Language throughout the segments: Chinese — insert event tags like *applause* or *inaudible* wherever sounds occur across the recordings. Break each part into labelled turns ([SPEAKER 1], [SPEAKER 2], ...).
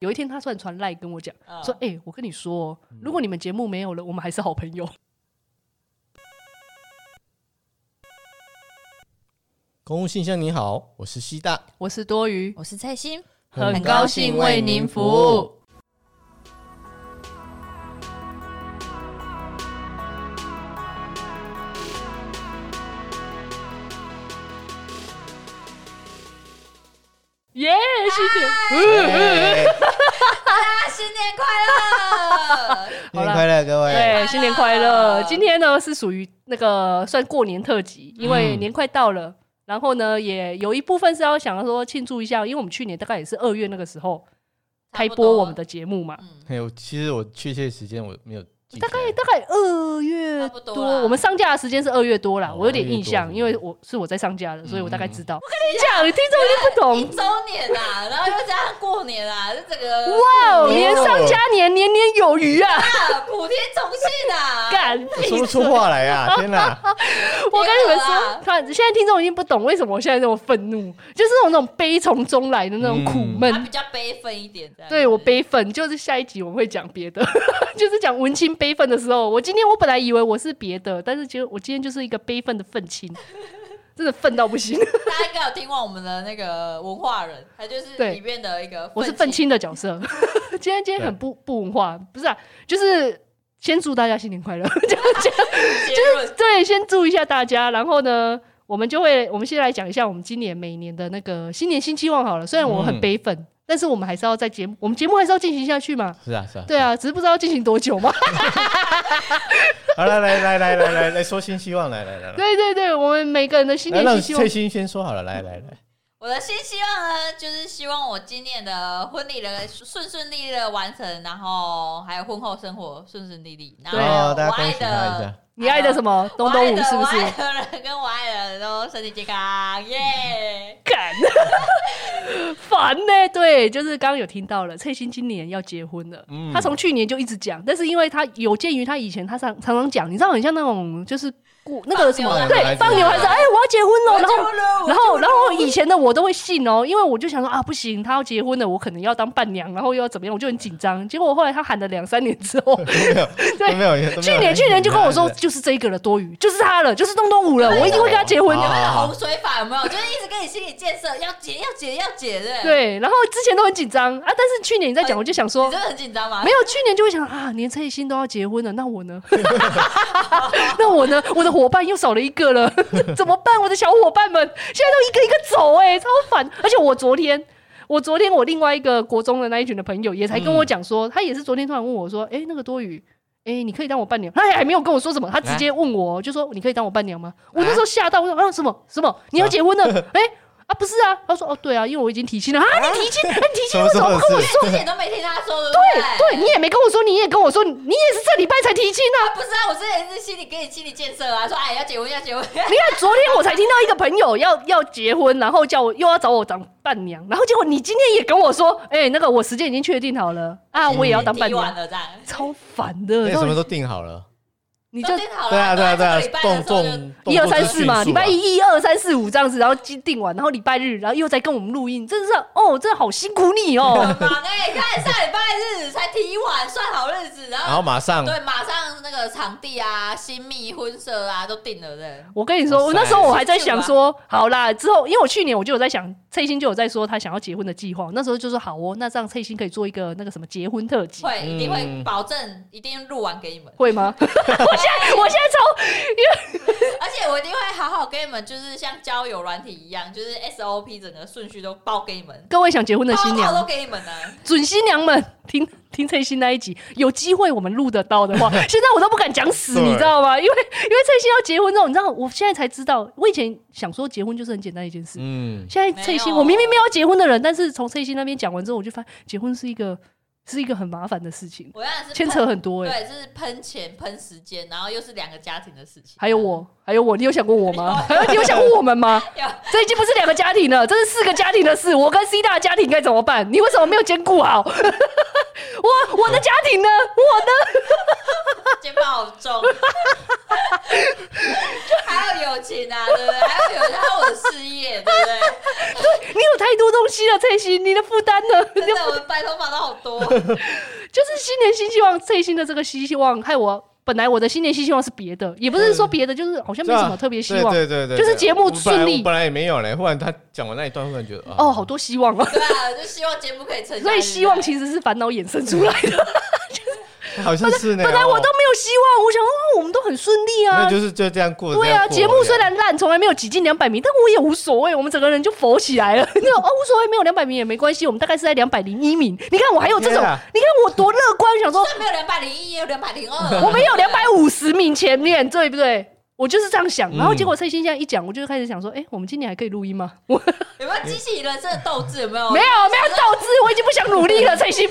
[SPEAKER 1] 有一天他突然传赖跟我讲，
[SPEAKER 2] 嗯
[SPEAKER 1] 说：“哎、我跟你说哦，如果你们节目没有了，我们还是好朋友。
[SPEAKER 3] 公务信箱，你好，我是西大，”
[SPEAKER 1] *laughs* 我是多余，
[SPEAKER 2] 我是蔡心，
[SPEAKER 3] 很
[SPEAKER 2] 高兴为您服务。
[SPEAKER 1] 耶、新年！
[SPEAKER 3] 哎
[SPEAKER 2] 大家新年快乐！
[SPEAKER 3] 新年快乐，各位！
[SPEAKER 1] 对，新年快乐！今天呢是属于那个算过年特辑，因为
[SPEAKER 3] 嗯
[SPEAKER 1] 年快到了，然后呢也有一部分是要想要说庆祝一下，因为我们去年大概也是二月那个时候开播我们的节目嘛，
[SPEAKER 2] 嗯，
[SPEAKER 3] 嘿，我其实我确切时间我没有记起
[SPEAKER 1] 大
[SPEAKER 3] 来，
[SPEAKER 1] 概大概二月
[SPEAKER 2] 差不
[SPEAKER 1] 多，
[SPEAKER 2] 多啦
[SPEAKER 1] 我们上架的时间是二月多啦，
[SPEAKER 3] 哦
[SPEAKER 1] 我有点印
[SPEAKER 3] 二
[SPEAKER 1] 象，
[SPEAKER 3] 月多
[SPEAKER 1] 因为我是我在上架的，所以我大
[SPEAKER 2] 嗯
[SPEAKER 1] 概知道。
[SPEAKER 2] *laughs*
[SPEAKER 1] 我跟
[SPEAKER 2] 你
[SPEAKER 1] 讲，你听众一定
[SPEAKER 2] *laughs* 一
[SPEAKER 1] 不懂。
[SPEAKER 2] 周年啊，然后又加上过年啊，就整个
[SPEAKER 1] 哇哦，
[SPEAKER 3] 哦
[SPEAKER 1] 年上加年，年年有余 *laughs* 啊！
[SPEAKER 2] 哇普天同庆啊！
[SPEAKER 1] 干，
[SPEAKER 3] 我说不出话来啊！天哪，
[SPEAKER 1] 我跟你们
[SPEAKER 2] 天哪
[SPEAKER 1] 说，看现在听众已经不懂为什么我现在这么愤怒，就是那种悲从中来的那种苦闷。
[SPEAKER 2] 他比较悲愤一点，这样
[SPEAKER 1] 对我悲愤，就是下一集我们会讲别的， *laughs* 就是讲文青悲愤的时候。我今天我本来以为我是别的，但是结果我今天就是一个悲愤的愤青， *laughs* 真的愤到不 *laughs* 行。
[SPEAKER 2] 大家应该有听过我们的那个文化人，他就是
[SPEAKER 1] 对
[SPEAKER 2] 里面的一个，
[SPEAKER 1] 我是愤，青的角色， *laughs* 今天今天很不不文化，不是啊，就是先祝大家新年快乐， *laughs* 就是
[SPEAKER 2] 就是
[SPEAKER 1] 对，先祝一下大家，然后呢，我们就会，我们先来讲一下我们今年每年的那个新年新期望好了。虽然我很
[SPEAKER 3] 嗯
[SPEAKER 1] 悲愤，但是我们还是要在节目，我们节目还是要进行下去嘛。
[SPEAKER 3] 是啊是啊，
[SPEAKER 1] 对啊，只是不知道进行多
[SPEAKER 3] *laughs*
[SPEAKER 1] 久嘛。
[SPEAKER 3] 好来来来来来来来说新希望，来来来来，
[SPEAKER 1] 对对对，我们每个人的新
[SPEAKER 3] 来
[SPEAKER 1] 年
[SPEAKER 3] 让
[SPEAKER 1] 新期望
[SPEAKER 3] 翠，欣先说好了，来来来，
[SPEAKER 2] 我的新希望呢，就是希望我今年的婚礼的顺顺利利的完成，然后还有婚后生活顺顺利利，然
[SPEAKER 1] 对
[SPEAKER 3] 哦
[SPEAKER 2] 后
[SPEAKER 3] 大
[SPEAKER 2] 我
[SPEAKER 3] 家恭
[SPEAKER 2] 爱
[SPEAKER 3] 喜他一
[SPEAKER 2] 的
[SPEAKER 3] 下。
[SPEAKER 1] 你爱的什
[SPEAKER 3] *laughs*
[SPEAKER 1] 么东东舞是不是
[SPEAKER 2] 我？爱的我爱的人跟我爱的人都身体健康，耶！
[SPEAKER 1] 敢 *laughs* 烦呢？对，就是刚刚有听到了，翠欣今年要结婚了。
[SPEAKER 3] 嗯
[SPEAKER 1] 她从去年就一直讲，但是因为她有鉴于她以前她常常常讲，你知道很像那种就是过那个什么
[SPEAKER 2] 放
[SPEAKER 3] 牛
[SPEAKER 1] 对
[SPEAKER 3] 孩子
[SPEAKER 1] 放牛孩子，哎，我要结婚了，然后
[SPEAKER 2] 后
[SPEAKER 1] 然后，然后以前的我都会信哦，因为我就想说啊，不行，他要结婚了，我可能要当伴娘，然后又要怎么样，我就很紧张。结果后来他喊了两三年之后，
[SPEAKER 3] 都没有，都没有
[SPEAKER 1] 去年去年就跟我说，
[SPEAKER 3] 是啊
[SPEAKER 1] 就是这个了，多余，就是他了，就是东东五了，我一定会跟他结婚。
[SPEAKER 3] 好
[SPEAKER 2] 那个洪水法有没有？就是一直跟你心理建设，要结要结要结的。，
[SPEAKER 1] 对，然后之前都很紧张啊，但是去年你在讲，我就想
[SPEAKER 2] 你
[SPEAKER 1] 说
[SPEAKER 2] 真。的很紧张吗？
[SPEAKER 1] 没有，去年就会想啊，连蔡欣都要结婚了，那我呢？ *laughs* 那我呢？我的伙伴又少了一个了， *laughs* 怎么办？我的小伙伴们现在都一个一个走、哎，超烦！而且我昨天，我昨天我另外一个国中的那一群的朋友也才跟我讲说，他也是昨天突然问我说，哎、那个多余。哎、你可以当我伴娘？他还没有跟我说什么，他直接问我，就说你可以当我伴娘吗？我那时候吓到，我说啊什么什么？你要结婚了？哎、啊不是啊，他说哦对啊，因为我已经提亲了啊，你提亲，你提亲
[SPEAKER 3] 什
[SPEAKER 1] 为什
[SPEAKER 3] 么什
[SPEAKER 1] 么
[SPEAKER 3] 么
[SPEAKER 1] 不跟我
[SPEAKER 3] 事？
[SPEAKER 2] 之前都没听他说，对
[SPEAKER 1] 对
[SPEAKER 2] 不
[SPEAKER 1] 对，你也没跟我说，你也跟我说，你也是这礼拜才提亲啊！
[SPEAKER 2] *laughs* 啊不是啊，我之前是心理给你心理建设啊，说哎要结婚要结婚，
[SPEAKER 1] 你看昨天我才听到一个朋友要要结婚，然后叫我又要找我当伴娘，然后结果你今天也跟我说，哎、那个我时间已经确定好了啊，我也要当伴
[SPEAKER 2] 提完
[SPEAKER 1] 娘，
[SPEAKER 2] 了这样。
[SPEAKER 1] 超烦的。
[SPEAKER 3] 那什
[SPEAKER 1] 到
[SPEAKER 3] 么
[SPEAKER 1] 底
[SPEAKER 3] 都定好了，
[SPEAKER 1] 你就
[SPEAKER 2] 都定好了
[SPEAKER 3] 对啊对啊对啊
[SPEAKER 2] 都在这个礼拜，的
[SPEAKER 3] 动
[SPEAKER 2] 时候就 *laughs*
[SPEAKER 3] 动
[SPEAKER 1] 一二三四嘛，礼拜，
[SPEAKER 3] 动作
[SPEAKER 1] 一、一二三四
[SPEAKER 3] 啊
[SPEAKER 1] 五这样子，然后既定完，然后礼拜日，然后又再跟我们录音，真的是哦，真的好辛苦你哦。
[SPEAKER 2] 很忙哎、看上礼拜日才提完，算好日子，然
[SPEAKER 3] 迅速啊
[SPEAKER 2] 后
[SPEAKER 3] 然后马上
[SPEAKER 2] 对，马上那个场地啊、新密婚社啊都定了的。
[SPEAKER 1] 我跟你说，我
[SPEAKER 3] 哇塞
[SPEAKER 1] 那时候我还在想说，好啦，之后因为我去年我就有在想，翠欣就有在说她想要结婚的计划，那时候就说好哦，那这样翠欣可以做一个那个什么结婚特辑，
[SPEAKER 2] 会一定会
[SPEAKER 3] 嗯
[SPEAKER 2] 保证，一定录完给你们，
[SPEAKER 1] 会吗？我 *laughs* 现在我现在
[SPEAKER 2] 而且我一定会好好给你们，就是像交友软体一样，就是 SOP 整个顺序都包给你们
[SPEAKER 1] 超，各位想结婚的新
[SPEAKER 2] 包包都
[SPEAKER 1] 娘、
[SPEAKER 2] 给你们呢、
[SPEAKER 1] 准新娘们，听听翠欣那一集，有机会我们录得到的话，现在我都不敢讲死，
[SPEAKER 3] 对
[SPEAKER 1] 你知道吗？因为因为翠欣要结婚之后，你知道，我现在才知道，我以前想说结婚就是很简单的一件事，
[SPEAKER 3] 嗯，
[SPEAKER 1] 现在翠
[SPEAKER 2] 没
[SPEAKER 1] 欣，
[SPEAKER 2] 有
[SPEAKER 1] 我明明没有要结婚的人，但是从翠欣那边讲完之后，我就发现结婚是一个是一个很麻烦的事情，
[SPEAKER 2] 我当然是
[SPEAKER 1] 牵扯很多哎、
[SPEAKER 2] 对，就是喷钱、喷时间，然后又是两个家庭的事情。
[SPEAKER 1] 还有我，还有我，你有想过我吗？
[SPEAKER 2] 有
[SPEAKER 1] 还 *laughs* 有你有想过我们吗
[SPEAKER 2] 有？
[SPEAKER 1] 这已经不是两个家庭了，这是四个家庭的事。我跟 C 大的家庭该怎么办？你为 *laughs* 什么没有兼顾好？我我的家庭呢？我
[SPEAKER 2] 结肩膀好重，还有友情啊，对不对？还有友情，还有我的事业，对不对？
[SPEAKER 1] 你有太多东西了，蔡心，你的负担呢？ *laughs*
[SPEAKER 2] 真的，我们白头发都好多，
[SPEAKER 1] 就是新年新希望，最新的这个新希望，害我本来我的新年新希望是别的，也不是说别的，就是好像没什么特别希望。
[SPEAKER 3] 啊对对对，对
[SPEAKER 1] 就是节目
[SPEAKER 3] 我本来
[SPEAKER 1] 顺利
[SPEAKER 3] 我本来也没有嘞，忽然他讲完那一段，忽然觉得
[SPEAKER 1] 哦，好，多希望
[SPEAKER 2] *laughs*
[SPEAKER 1] 啊！
[SPEAKER 2] 对啊，就希望节目可以成。
[SPEAKER 1] 所以希望其实是烦恼衍生出来的。
[SPEAKER 3] 啊好像是
[SPEAKER 1] *laughs*
[SPEAKER 3] 呢。
[SPEAKER 1] 本来我
[SPEAKER 3] 哦
[SPEAKER 1] 都没有希望，我想哦，我们都很顺利啊
[SPEAKER 3] 那。就是就这样过。
[SPEAKER 1] 对
[SPEAKER 3] 这
[SPEAKER 1] 啊，
[SPEAKER 3] 样过
[SPEAKER 1] 节目
[SPEAKER 3] 这
[SPEAKER 1] 虽
[SPEAKER 3] 样
[SPEAKER 1] 然烂，从来没有挤进两百名，但我也无所谓，我们整个人就佛起来
[SPEAKER 3] *laughs*
[SPEAKER 1] 了。那种哦，无所谓，没有两百名也没关系，我们大概是在两百零一名。你看我还有这种，
[SPEAKER 3] 天啊
[SPEAKER 1] 你看我多乐观，
[SPEAKER 3] *laughs*
[SPEAKER 1] 想说
[SPEAKER 2] 没有两百零一，也有两百零二，
[SPEAKER 1] 我们有两百五十名前面，对不对？我就是这样想，然后
[SPEAKER 3] 嗯
[SPEAKER 1] 结果蔡欣这样一讲，我就开始想说，哎、我们今年还可以录音吗？我
[SPEAKER 2] 有没有激起人生的斗志？有没有？
[SPEAKER 1] 没有没有斗志，我已经不想努力了，蔡欣， *laughs*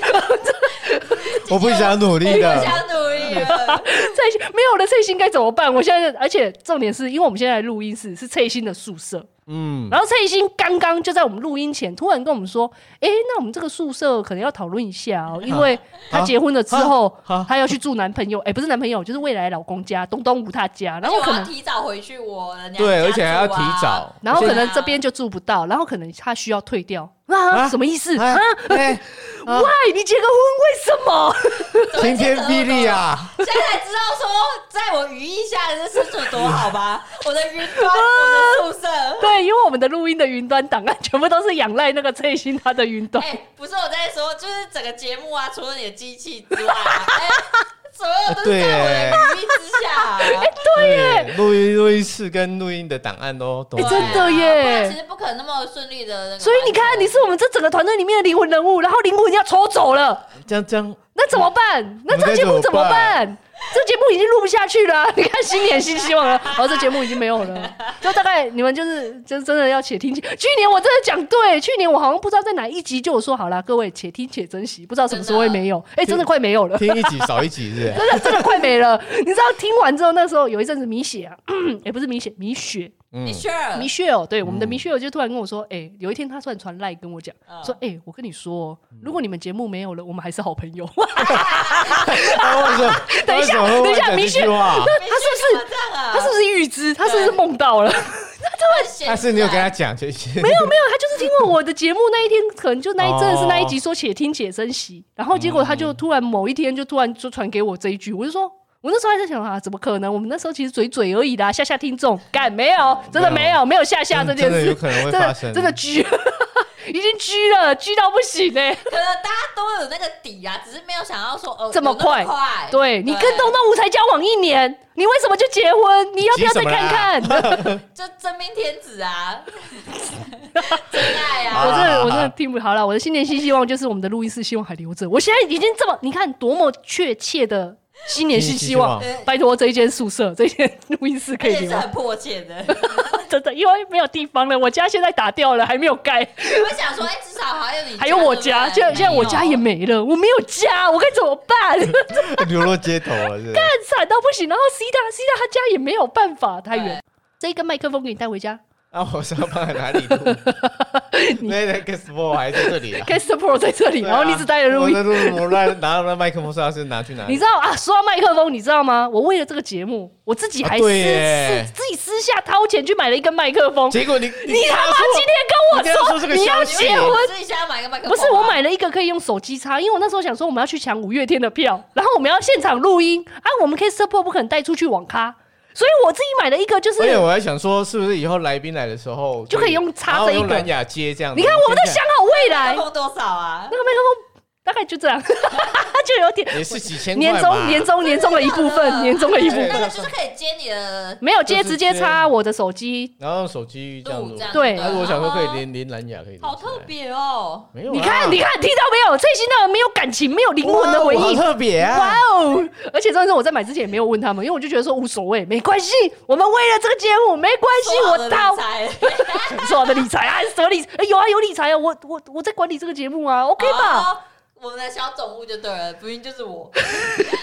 [SPEAKER 3] 我不想努力
[SPEAKER 2] 我
[SPEAKER 1] 哎
[SPEAKER 3] 的
[SPEAKER 2] 不，想努力了，
[SPEAKER 1] 蔡欣没有了，蔡欣该怎么办？我现在，而且重点是因为我们现在的录音室是蔡欣的宿舍，
[SPEAKER 3] 嗯，
[SPEAKER 1] 然后蔡欣刚刚就在我们录音前突然跟我们说，哎、那我们这个宿舍可能要讨论一下哦，因为她结婚了之后，
[SPEAKER 3] 啊
[SPEAKER 1] 她要去住男朋友，哎、不是男朋友，就是未来老公家，东东吴他家， *laughs* 然后
[SPEAKER 2] 而且
[SPEAKER 1] 可
[SPEAKER 2] 我
[SPEAKER 1] 能
[SPEAKER 2] 要提早回去我的娘家
[SPEAKER 3] 对，而且还要
[SPEAKER 2] 住
[SPEAKER 3] 提
[SPEAKER 2] 啊
[SPEAKER 3] 早。
[SPEAKER 1] 然后可
[SPEAKER 2] 对
[SPEAKER 1] 能
[SPEAKER 2] 啊
[SPEAKER 1] 这边就住不到，然后可能他需要退掉啊？
[SPEAKER 3] 啊
[SPEAKER 1] 什么意思？
[SPEAKER 3] 哎
[SPEAKER 1] 啊？
[SPEAKER 3] 哎，啊
[SPEAKER 1] 喂，你结个婚为什么？ *laughs*
[SPEAKER 3] 晴天霹雳啊！
[SPEAKER 2] 现在才知道说，在我羽翼下的生存多
[SPEAKER 3] *laughs*
[SPEAKER 2] 好吧？我的云端，我的宿舍。
[SPEAKER 1] *laughs* 对，因为我们的录音的云端档案全部都是仰赖那个最新他的云端
[SPEAKER 2] 哎、。不是我在说，就是整个节目啊，除了你的机器之外、啊，
[SPEAKER 3] *laughs*
[SPEAKER 2] 哎、所有都是在我的羽翼之下、啊。
[SPEAKER 3] 对耶，录音录音室跟录音的档案都都
[SPEAKER 1] 哎
[SPEAKER 2] 对啊
[SPEAKER 1] 真的耶
[SPEAKER 2] 不然其实不可能那么顺利的那个。
[SPEAKER 1] 所以你看，你是我们这整个团队里面的灵魂人物，然后灵魂要抽走了，
[SPEAKER 3] 这样这样，
[SPEAKER 1] 那怎么办？那
[SPEAKER 3] 我们
[SPEAKER 1] 这
[SPEAKER 3] 该
[SPEAKER 1] 节目怎
[SPEAKER 3] 怎
[SPEAKER 1] 么
[SPEAKER 3] 么
[SPEAKER 1] 办？这节目已经录不下去了啊、 *laughs* 你看新年新希望了，然后这节目已经没有了，就大概你们就是就真的要且听且。去年我真的讲对，去年我好像不知道在哪一集就有说好啦，各位且听且珍惜，不知道什么时候会没有，哎、真的快没有了。
[SPEAKER 3] 听一集少一
[SPEAKER 1] *laughs*
[SPEAKER 3] 集是不是？
[SPEAKER 1] 真的真的快没了。你知道听完之后，那时候有一阵子米血啊， *clears throat* 也、不是米血，米雪，
[SPEAKER 2] 你
[SPEAKER 3] 嗯，
[SPEAKER 2] sure？
[SPEAKER 1] 米雪哦，对，我们的米雪哦就突然跟我说，哎、有一天他突然传赖跟我讲，
[SPEAKER 2] 嗯
[SPEAKER 1] 说，哎、我跟你说哦，如果你们节目没有了，我们还是好朋友。 *laughs*
[SPEAKER 3] 他为什么
[SPEAKER 1] 等一下
[SPEAKER 3] 他为什么
[SPEAKER 1] 等一
[SPEAKER 3] 会
[SPEAKER 1] 下
[SPEAKER 3] 讲这
[SPEAKER 1] 明
[SPEAKER 3] 句
[SPEAKER 1] 旭
[SPEAKER 3] 话？
[SPEAKER 2] 他是不是这样啊？
[SPEAKER 1] 他是不是预知？他是不是梦到了？
[SPEAKER 2] 突
[SPEAKER 3] 但是你有
[SPEAKER 2] 啊
[SPEAKER 3] 跟他讲这些？
[SPEAKER 1] 没有没有，他就是听了我的节目那一天，可能就那一阵是那一集说且听且珍惜，然后结果他就突然某一天就突然就传给我这一句，我就说。我那时候还在想啊，怎么可能？我们那时候其实嘴嘴而已啦，吓吓听众，干没有，真的没有，没有吓吓这件
[SPEAKER 3] *laughs* 真的
[SPEAKER 1] 事
[SPEAKER 3] 有，可能会
[SPEAKER 1] 真的
[SPEAKER 3] 发生，
[SPEAKER 1] 真的狙，已经狙了，狙到不行欸嘞、
[SPEAKER 2] 可能大家都有那个底啊，只是没有想到说哦，
[SPEAKER 1] 这么
[SPEAKER 2] 有那么
[SPEAKER 1] 快
[SPEAKER 2] 快
[SPEAKER 1] 对你跟东东吴才交往一年，你为什么就结婚？你要不要再看看？
[SPEAKER 2] 就真命天子
[SPEAKER 1] *laughs*
[SPEAKER 2] 啊，真爱啊！
[SPEAKER 1] 我真的我真的听不好了。我的新年新希望就是我们的录音室希望还留着。我现在已经这么，你看多么确切的新年新希望。哎
[SPEAKER 2] 呃
[SPEAKER 1] 拜托，这一间宿舍，这 *laughs* 一间录音室可
[SPEAKER 2] 而
[SPEAKER 1] 以
[SPEAKER 2] 且
[SPEAKER 1] 留
[SPEAKER 2] 是，很迫切的，
[SPEAKER 1] 真的，因为没有地方了。我家现在打掉了，还没有盖， *laughs*
[SPEAKER 2] 你会想说，哎，至少还有你，
[SPEAKER 1] 还有我家，现在现在我家也
[SPEAKER 2] 没
[SPEAKER 1] 没了，我没有家，我该怎么办？ *laughs*
[SPEAKER 3] *laughs* 流落街头了，是不是？
[SPEAKER 1] 惨到不行。然后 C 大 C 大他家也没有办法，太远
[SPEAKER 2] 对。
[SPEAKER 1] 这一根麦克风给你带回家
[SPEAKER 3] 啊，我是要放在哪里录？
[SPEAKER 1] *laughs*
[SPEAKER 3] 那那个 s p o 还在这里啊。
[SPEAKER 1] ，Cast Pro 在这里，
[SPEAKER 3] 对啊
[SPEAKER 1] 然后你只带了录
[SPEAKER 3] 我
[SPEAKER 1] 音。
[SPEAKER 3] 在录，我乱拿了麦克风，说他是拿去哪
[SPEAKER 1] 你
[SPEAKER 3] 里
[SPEAKER 1] 知？道啊？说到麦克风，你知道吗？我为了这个节目，我自己还
[SPEAKER 3] 啊
[SPEAKER 1] 私、
[SPEAKER 3] 对耶
[SPEAKER 1] 私自己私下掏钱去买了一根麦克风。
[SPEAKER 3] 结果你
[SPEAKER 1] 你他妈今天
[SPEAKER 3] 你跟
[SPEAKER 1] 跟
[SPEAKER 3] 他
[SPEAKER 1] 我
[SPEAKER 3] 说这个
[SPEAKER 1] 你要
[SPEAKER 3] 消息
[SPEAKER 1] 结婚？
[SPEAKER 2] 自己想要买个麦克
[SPEAKER 1] 不
[SPEAKER 2] 风，啊
[SPEAKER 1] 是我，买了一个可以用手机插，因为我那时候想说我们要去抢五月天的票，然后我们要现场录音啊，我们 Cast Pro 不可能带出去网咖，所以我自己买了一个，就是
[SPEAKER 3] 而且我还想说，是不是以后来宾来的时候
[SPEAKER 1] 就可以用插
[SPEAKER 3] 然后
[SPEAKER 1] 这一个
[SPEAKER 3] 用蓝牙接这样子？
[SPEAKER 1] 你看我们都
[SPEAKER 3] 听起
[SPEAKER 1] 想好未来
[SPEAKER 2] 麦，克风多少啊
[SPEAKER 1] 那？个麦克风大概就这样， *laughs* 就有点
[SPEAKER 3] 来也是几千块
[SPEAKER 1] 年终年终年终的一部分，年终的一部分
[SPEAKER 2] 那个就是可以接你的
[SPEAKER 1] 没有接，
[SPEAKER 3] 就是
[SPEAKER 1] 直接
[SPEAKER 3] 接
[SPEAKER 1] 插我的手机。
[SPEAKER 3] 然后用手机这样
[SPEAKER 2] 录
[SPEAKER 3] 录啊
[SPEAKER 2] 这。样，啊
[SPEAKER 1] 对
[SPEAKER 3] 哎但是我想说可以，连连蓝牙可以录起来。
[SPEAKER 2] 好特别哦，
[SPEAKER 3] 没有啊，
[SPEAKER 1] 你看，你看，听到没有？蔡心那没有感情，没有灵魂的回
[SPEAKER 3] 哇我好
[SPEAKER 1] 应。
[SPEAKER 3] 特别
[SPEAKER 1] 哇
[SPEAKER 3] 啊！
[SPEAKER 1] 哦！而且真的是我在买之前也没有问他们，因为我就觉得说无所谓，没关系，我们为了这个节目没关系，哎我掏
[SPEAKER 2] 财，
[SPEAKER 1] *laughs* 说好的理财啊，什么理财？哎有啊有理财啊，我我我在管理这个节目啊，OK 吧？
[SPEAKER 2] 哦？我们的小总务就对了，不用就
[SPEAKER 1] *laughs*
[SPEAKER 2] 是我，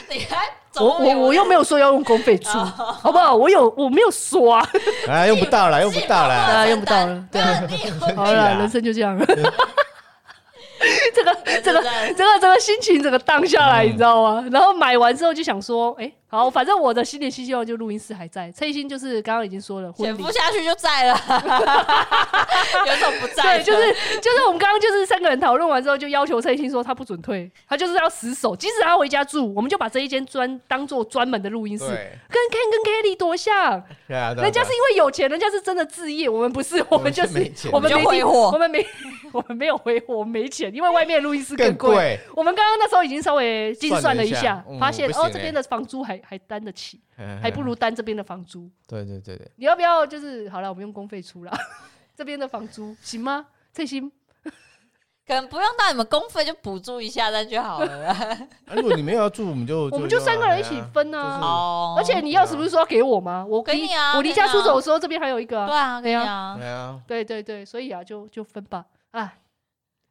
[SPEAKER 2] 你看，
[SPEAKER 3] 哦
[SPEAKER 1] 我
[SPEAKER 2] 总务
[SPEAKER 1] 我我又没有说要用公费住，
[SPEAKER 2] 哦
[SPEAKER 1] 好不好？我有我没有说啊，
[SPEAKER 3] 啊，用不到了，用不到了。
[SPEAKER 1] 啊用不到了
[SPEAKER 2] 对，你有 *laughs*
[SPEAKER 1] 好
[SPEAKER 3] *laughs* 是
[SPEAKER 1] 了，
[SPEAKER 3] 啊
[SPEAKER 1] *laughs* 人生就这样。这个这个
[SPEAKER 2] 对
[SPEAKER 1] 这个这个的心情整个荡下
[SPEAKER 3] 嗯
[SPEAKER 1] 来，你知道吗？然后买完之后就想说，哎、好，反正我的新年新希望就录音室还在，蔡心就是刚刚已经说了婚
[SPEAKER 2] 潜
[SPEAKER 1] 礼
[SPEAKER 2] 伏。下去就在了， *laughs* 有种不在
[SPEAKER 1] 对，
[SPEAKER 2] 的，
[SPEAKER 1] 就是就是我们刚刚就是三个人讨论完之后，就要求蔡欣说他不准退，他就是要死守，即使他回家住，我们就把这一间专当做专门的录音室，跟
[SPEAKER 3] 对，
[SPEAKER 1] Ken 跟 Kelly 多像，
[SPEAKER 3] 对啊，对啊
[SPEAKER 1] 人家是
[SPEAKER 3] 对
[SPEAKER 1] 因为有钱，人家是真的置业，我们不是，我们就
[SPEAKER 3] 我们是
[SPEAKER 1] 是
[SPEAKER 3] 没钱
[SPEAKER 1] 我们
[SPEAKER 2] 就
[SPEAKER 1] 没
[SPEAKER 2] 挥
[SPEAKER 1] 地
[SPEAKER 2] 霍
[SPEAKER 1] 我们没 *laughs* 我们没有挥霍，我们没钱，因为外面录音室
[SPEAKER 3] 啊更
[SPEAKER 1] 贵。
[SPEAKER 3] 贵，
[SPEAKER 1] 我们刚刚那时候已经稍微精算了一下，
[SPEAKER 3] 算了一下嗯
[SPEAKER 1] 发现、
[SPEAKER 3] 不行
[SPEAKER 1] 哦
[SPEAKER 3] 欸哎
[SPEAKER 1] 这边的房租还还担得起，还
[SPEAKER 3] 还
[SPEAKER 1] 不如担这边的房租。
[SPEAKER 3] 哎对对对对，
[SPEAKER 1] 你要不要就是好了，我们用公费出了 *laughs* 这边的房租行吗？翠心，
[SPEAKER 2] 可能不用到你们公费就补助一下那就好了。
[SPEAKER 3] 啊如果你没有要住，我
[SPEAKER 1] *laughs*
[SPEAKER 3] 们就
[SPEAKER 1] 我们就三个人一起分
[SPEAKER 3] 啊
[SPEAKER 1] 啊。
[SPEAKER 2] 哦，
[SPEAKER 1] 而且你钥匙不是说要给我吗？我
[SPEAKER 2] 给你啊
[SPEAKER 1] 我离
[SPEAKER 2] 给你
[SPEAKER 1] 家
[SPEAKER 2] 啊
[SPEAKER 1] 出走的时候这边还有一个
[SPEAKER 2] 对
[SPEAKER 1] 啊。
[SPEAKER 2] 啊，可以啊
[SPEAKER 3] 对，啊，
[SPEAKER 1] 对对对，所以啊，就就分吧。哎，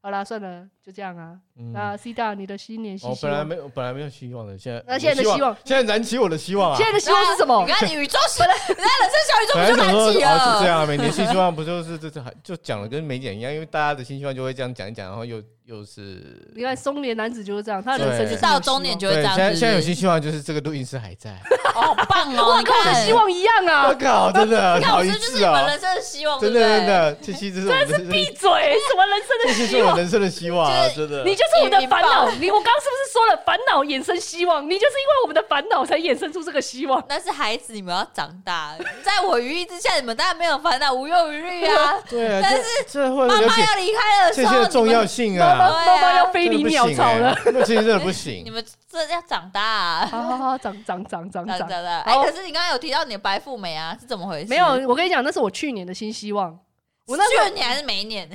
[SPEAKER 1] 好啦，算了，就这样啊。那
[SPEAKER 3] 嗯，
[SPEAKER 1] C 大，你的新年新
[SPEAKER 3] 我
[SPEAKER 1] 希
[SPEAKER 3] 本来
[SPEAKER 1] 望，
[SPEAKER 3] 没有，本来没有希望的，现在
[SPEAKER 1] 那现在的
[SPEAKER 3] 我
[SPEAKER 1] 希望，
[SPEAKER 3] 现在燃起我的希望啊！
[SPEAKER 1] 现在的希望是什么
[SPEAKER 2] 你？看你宇宙是，你看人生小宇宙
[SPEAKER 3] 本来
[SPEAKER 2] 不就
[SPEAKER 3] 想说
[SPEAKER 2] 来
[SPEAKER 3] 哦
[SPEAKER 2] 气
[SPEAKER 3] 是这
[SPEAKER 2] 了？
[SPEAKER 3] 样啊，每年新希望不就是这这还就讲的跟没讲一样，因为大家的新希望就会这样讲一讲，然后又又是
[SPEAKER 1] 你看中年男子就是这样，他的人生就是
[SPEAKER 3] 对
[SPEAKER 2] 到中年就会这
[SPEAKER 3] 对，
[SPEAKER 2] 样
[SPEAKER 3] 现
[SPEAKER 2] 子。
[SPEAKER 3] 在现在有新希望就是这个录音室还在，
[SPEAKER 2] 哦好棒哦！
[SPEAKER 1] 哇，
[SPEAKER 2] 你
[SPEAKER 1] 跟我的
[SPEAKER 2] 看
[SPEAKER 1] 希，望一样 *laughs*
[SPEAKER 3] 我
[SPEAKER 1] 啊！
[SPEAKER 3] 靠，真的
[SPEAKER 2] 你看，我
[SPEAKER 3] 好一
[SPEAKER 2] 这就是
[SPEAKER 3] 致
[SPEAKER 2] 你们
[SPEAKER 3] 哦，
[SPEAKER 2] 人生的希望，
[SPEAKER 3] 真的
[SPEAKER 2] 对不对
[SPEAKER 3] 真，的，这期这是我们人
[SPEAKER 1] 闭
[SPEAKER 3] 生，
[SPEAKER 1] 嘴，什么人生
[SPEAKER 3] 这
[SPEAKER 1] 的
[SPEAKER 3] 期是
[SPEAKER 1] 希
[SPEAKER 3] 我
[SPEAKER 1] 望？
[SPEAKER 3] 人生的希望啊，真的
[SPEAKER 1] 你。就是我们的
[SPEAKER 2] 引
[SPEAKER 1] 烦
[SPEAKER 2] 引
[SPEAKER 1] 恼。
[SPEAKER 2] 爆
[SPEAKER 1] 你我刚刚是不是说了烦恼衍生希望？你就是因为我们的烦恼才衍生出这个希望。
[SPEAKER 2] 但是孩子，你们要长大，在我羽翼之下，你们当然没有烦恼，无忧无虑
[SPEAKER 3] *laughs*
[SPEAKER 2] 啊。
[SPEAKER 3] 对啊，
[SPEAKER 2] 但
[SPEAKER 3] 这这会
[SPEAKER 2] 妈
[SPEAKER 3] 了
[SPEAKER 2] 妈
[SPEAKER 3] 解
[SPEAKER 2] 要离开的
[SPEAKER 3] 这
[SPEAKER 2] 时
[SPEAKER 3] 些
[SPEAKER 2] 候，
[SPEAKER 3] 的重要性啊，
[SPEAKER 1] 妈
[SPEAKER 2] 对啊
[SPEAKER 1] 妈妈要飞
[SPEAKER 3] 真的
[SPEAKER 1] 离
[SPEAKER 3] 不
[SPEAKER 1] 鸟
[SPEAKER 3] 行
[SPEAKER 1] 巢
[SPEAKER 3] 欸
[SPEAKER 1] 了。，
[SPEAKER 3] 那其实真的不
[SPEAKER 2] 你
[SPEAKER 3] 行。
[SPEAKER 2] 们这要长大啊，
[SPEAKER 1] 好好好，长长长长
[SPEAKER 2] 长
[SPEAKER 1] 长。
[SPEAKER 2] 大了。哎，
[SPEAKER 1] 好
[SPEAKER 2] 可是你刚刚有提到你的白富美啊，是怎么回事？
[SPEAKER 1] 没有，，我跟你讲，那是我去年的新希望。我
[SPEAKER 2] 我
[SPEAKER 1] 那时候
[SPEAKER 2] 去年还是每一年，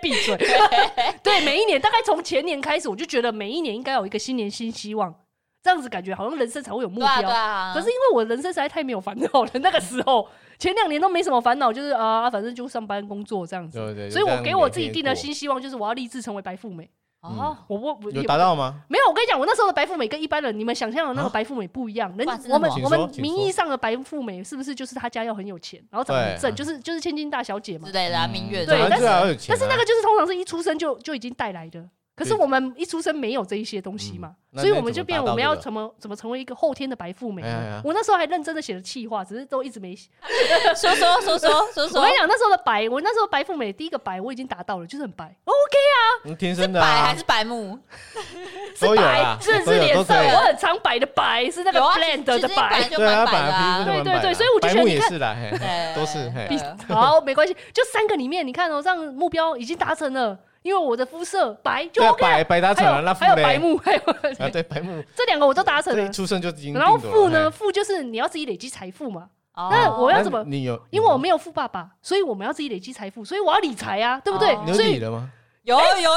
[SPEAKER 1] 闭嘴。 *laughs* 对，每一年大概从前年开始，我就觉得每一年应该有一个新年新希望，这样子感觉好像人生才会有目
[SPEAKER 2] 对啊
[SPEAKER 1] 标
[SPEAKER 2] 对。啊。
[SPEAKER 1] 可是因为我人生实在太没有烦恼了，那个时候前两年都没什么烦恼，就是啊、反正就上班工作这样子。
[SPEAKER 3] 对对，
[SPEAKER 1] 所以我给我自己定的
[SPEAKER 3] 的
[SPEAKER 1] 新希望就是我要立志成为白富美。
[SPEAKER 2] 哦，
[SPEAKER 1] 我我我
[SPEAKER 3] 有达到吗？
[SPEAKER 1] 没有？我跟你讲，我那时候的白富美跟一般人你们想象的那个
[SPEAKER 3] 啊
[SPEAKER 1] 白富美不一样。人
[SPEAKER 2] 哇真的
[SPEAKER 1] 我们
[SPEAKER 2] 吗
[SPEAKER 1] 我
[SPEAKER 3] 请
[SPEAKER 1] 们
[SPEAKER 3] 说请
[SPEAKER 1] 名义
[SPEAKER 3] 说
[SPEAKER 1] 上的白富美是不是就是她家要很有钱，然后长得很
[SPEAKER 3] 对
[SPEAKER 1] 正，就是就是千金大小姐嘛
[SPEAKER 2] 之？类的啊，明月
[SPEAKER 1] 对
[SPEAKER 2] 的啊
[SPEAKER 1] 但
[SPEAKER 3] 但
[SPEAKER 1] 是
[SPEAKER 3] 是要有钱
[SPEAKER 1] 但
[SPEAKER 3] 嗯啊，
[SPEAKER 1] 是那个就是通常是一出生就就已经带来的。可是
[SPEAKER 3] 对
[SPEAKER 1] 我们一出生没有这一些东西嘛，
[SPEAKER 3] 嗯
[SPEAKER 1] 所以
[SPEAKER 3] 那
[SPEAKER 1] 我们就变我们要
[SPEAKER 3] 那你
[SPEAKER 1] 怎么怎么成为一个后天的白富美
[SPEAKER 3] 哎
[SPEAKER 1] 呢
[SPEAKER 3] 呀？
[SPEAKER 1] 我那时候还认真的写了气话，只是都一直没写。
[SPEAKER 2] 说说说说说
[SPEAKER 1] 我跟
[SPEAKER 2] 说
[SPEAKER 1] 你，讲，那时候的白，我那时候白富美第一个白我已经达到了，就是很白哦，
[SPEAKER 3] 嗯天生的
[SPEAKER 2] 白
[SPEAKER 3] 啊
[SPEAKER 2] 还是白木？
[SPEAKER 1] 是
[SPEAKER 3] 都有
[SPEAKER 1] 白
[SPEAKER 3] 啦，，
[SPEAKER 1] 是
[SPEAKER 3] 都
[SPEAKER 1] 是
[SPEAKER 3] 有
[SPEAKER 1] 脸
[SPEAKER 3] 都
[SPEAKER 1] 上
[SPEAKER 3] 可以
[SPEAKER 1] 我很常白的白，是那个
[SPEAKER 2] 有啊，
[SPEAKER 1] blend
[SPEAKER 2] 其实
[SPEAKER 1] 的
[SPEAKER 2] 你本来
[SPEAKER 1] 白。
[SPEAKER 2] 就
[SPEAKER 3] 对啊，
[SPEAKER 2] 蛮
[SPEAKER 3] 本
[SPEAKER 2] 白
[SPEAKER 3] 来
[SPEAKER 2] 的
[SPEAKER 3] 皮肤
[SPEAKER 2] 啊
[SPEAKER 3] 就
[SPEAKER 1] 对
[SPEAKER 3] 蛮
[SPEAKER 1] 对
[SPEAKER 3] 白
[SPEAKER 1] 对
[SPEAKER 3] 的
[SPEAKER 1] 所以我就
[SPEAKER 3] 白
[SPEAKER 1] 觉得
[SPEAKER 3] 目
[SPEAKER 1] 你
[SPEAKER 3] 也
[SPEAKER 1] 看
[SPEAKER 3] 是啦，嘿
[SPEAKER 2] 对，
[SPEAKER 3] 都是嘿
[SPEAKER 2] 对
[SPEAKER 1] 好，没关系，就三个里面，你看哦，这样目标已经达成了，因为我的肤色白就
[SPEAKER 3] 对啊
[SPEAKER 1] OK 了
[SPEAKER 3] 白白达成
[SPEAKER 1] 还
[SPEAKER 3] 了，
[SPEAKER 1] 有
[SPEAKER 3] 那
[SPEAKER 1] 还有
[SPEAKER 3] 富嘞
[SPEAKER 1] 白目，还有
[SPEAKER 3] 啊，对白目，
[SPEAKER 1] 这两个我都达成
[SPEAKER 3] 这
[SPEAKER 1] 了
[SPEAKER 3] 一。出生就已经定了。
[SPEAKER 1] 然后富呢，
[SPEAKER 3] 嘿？
[SPEAKER 1] 富就是你要自己累积财富嘛。
[SPEAKER 2] 哦
[SPEAKER 1] 那我
[SPEAKER 3] 我
[SPEAKER 1] 要怎么？
[SPEAKER 3] 你有？
[SPEAKER 1] 因为我没有富爸爸，所以我们要自己累积财富，所以我要理财啊，对不对
[SPEAKER 2] 哦？
[SPEAKER 3] 嗯你有
[SPEAKER 1] 所
[SPEAKER 3] 你
[SPEAKER 1] 以
[SPEAKER 3] 的吗？
[SPEAKER 2] 有有有，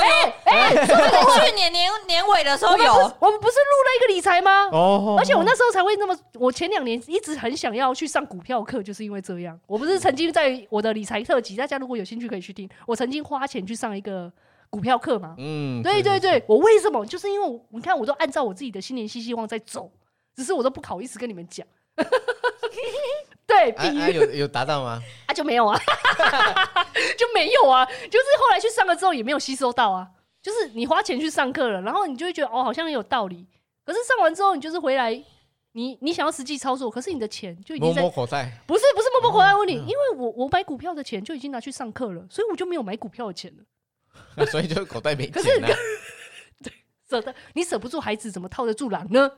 [SPEAKER 1] 哎，
[SPEAKER 2] 说这个去年年年尾的时
[SPEAKER 1] 我
[SPEAKER 2] 候
[SPEAKER 1] 们不是
[SPEAKER 2] 有，
[SPEAKER 1] 我们不是录了一个理财吗？
[SPEAKER 3] 哦，
[SPEAKER 1] 而且我那时候才会那么，我前两年一直很想要去上股票课，就是因为这样。我不是曾经在我的理财特辑，大家如果有兴趣可以去听，我曾经花钱去上一个股票课嘛。
[SPEAKER 3] 嗯，
[SPEAKER 1] 对
[SPEAKER 3] 是
[SPEAKER 1] 对，对，我为什么？就是因为我你看，我都按照我自己的新年新希望在走，只是我都不好意思跟你们讲。 *laughs* 对，
[SPEAKER 3] 哎
[SPEAKER 1] 比喻
[SPEAKER 3] 哎，有有达到吗？
[SPEAKER 1] 啊，就没有啊， *laughs* 就没有啊，就是后来去上了之后也没有吸收到啊，就是你花钱去上课了，然后你就会觉得哦，好像也有道理，可是上完之后你就是回来，你你想要实际操作，可是你的钱就已经
[SPEAKER 3] 摸
[SPEAKER 1] 在
[SPEAKER 3] 摸口袋，
[SPEAKER 1] 不是不是默默回来问你，
[SPEAKER 3] 哦
[SPEAKER 1] 因为我我买股票的钱就已经拿去上课了，所以我就没有买股票的钱了，
[SPEAKER 3] 所以就口袋没
[SPEAKER 1] 可
[SPEAKER 3] 钱
[SPEAKER 1] 是
[SPEAKER 3] 啊。
[SPEAKER 1] 舍得你舍不住孩子，怎么套得住狼呢？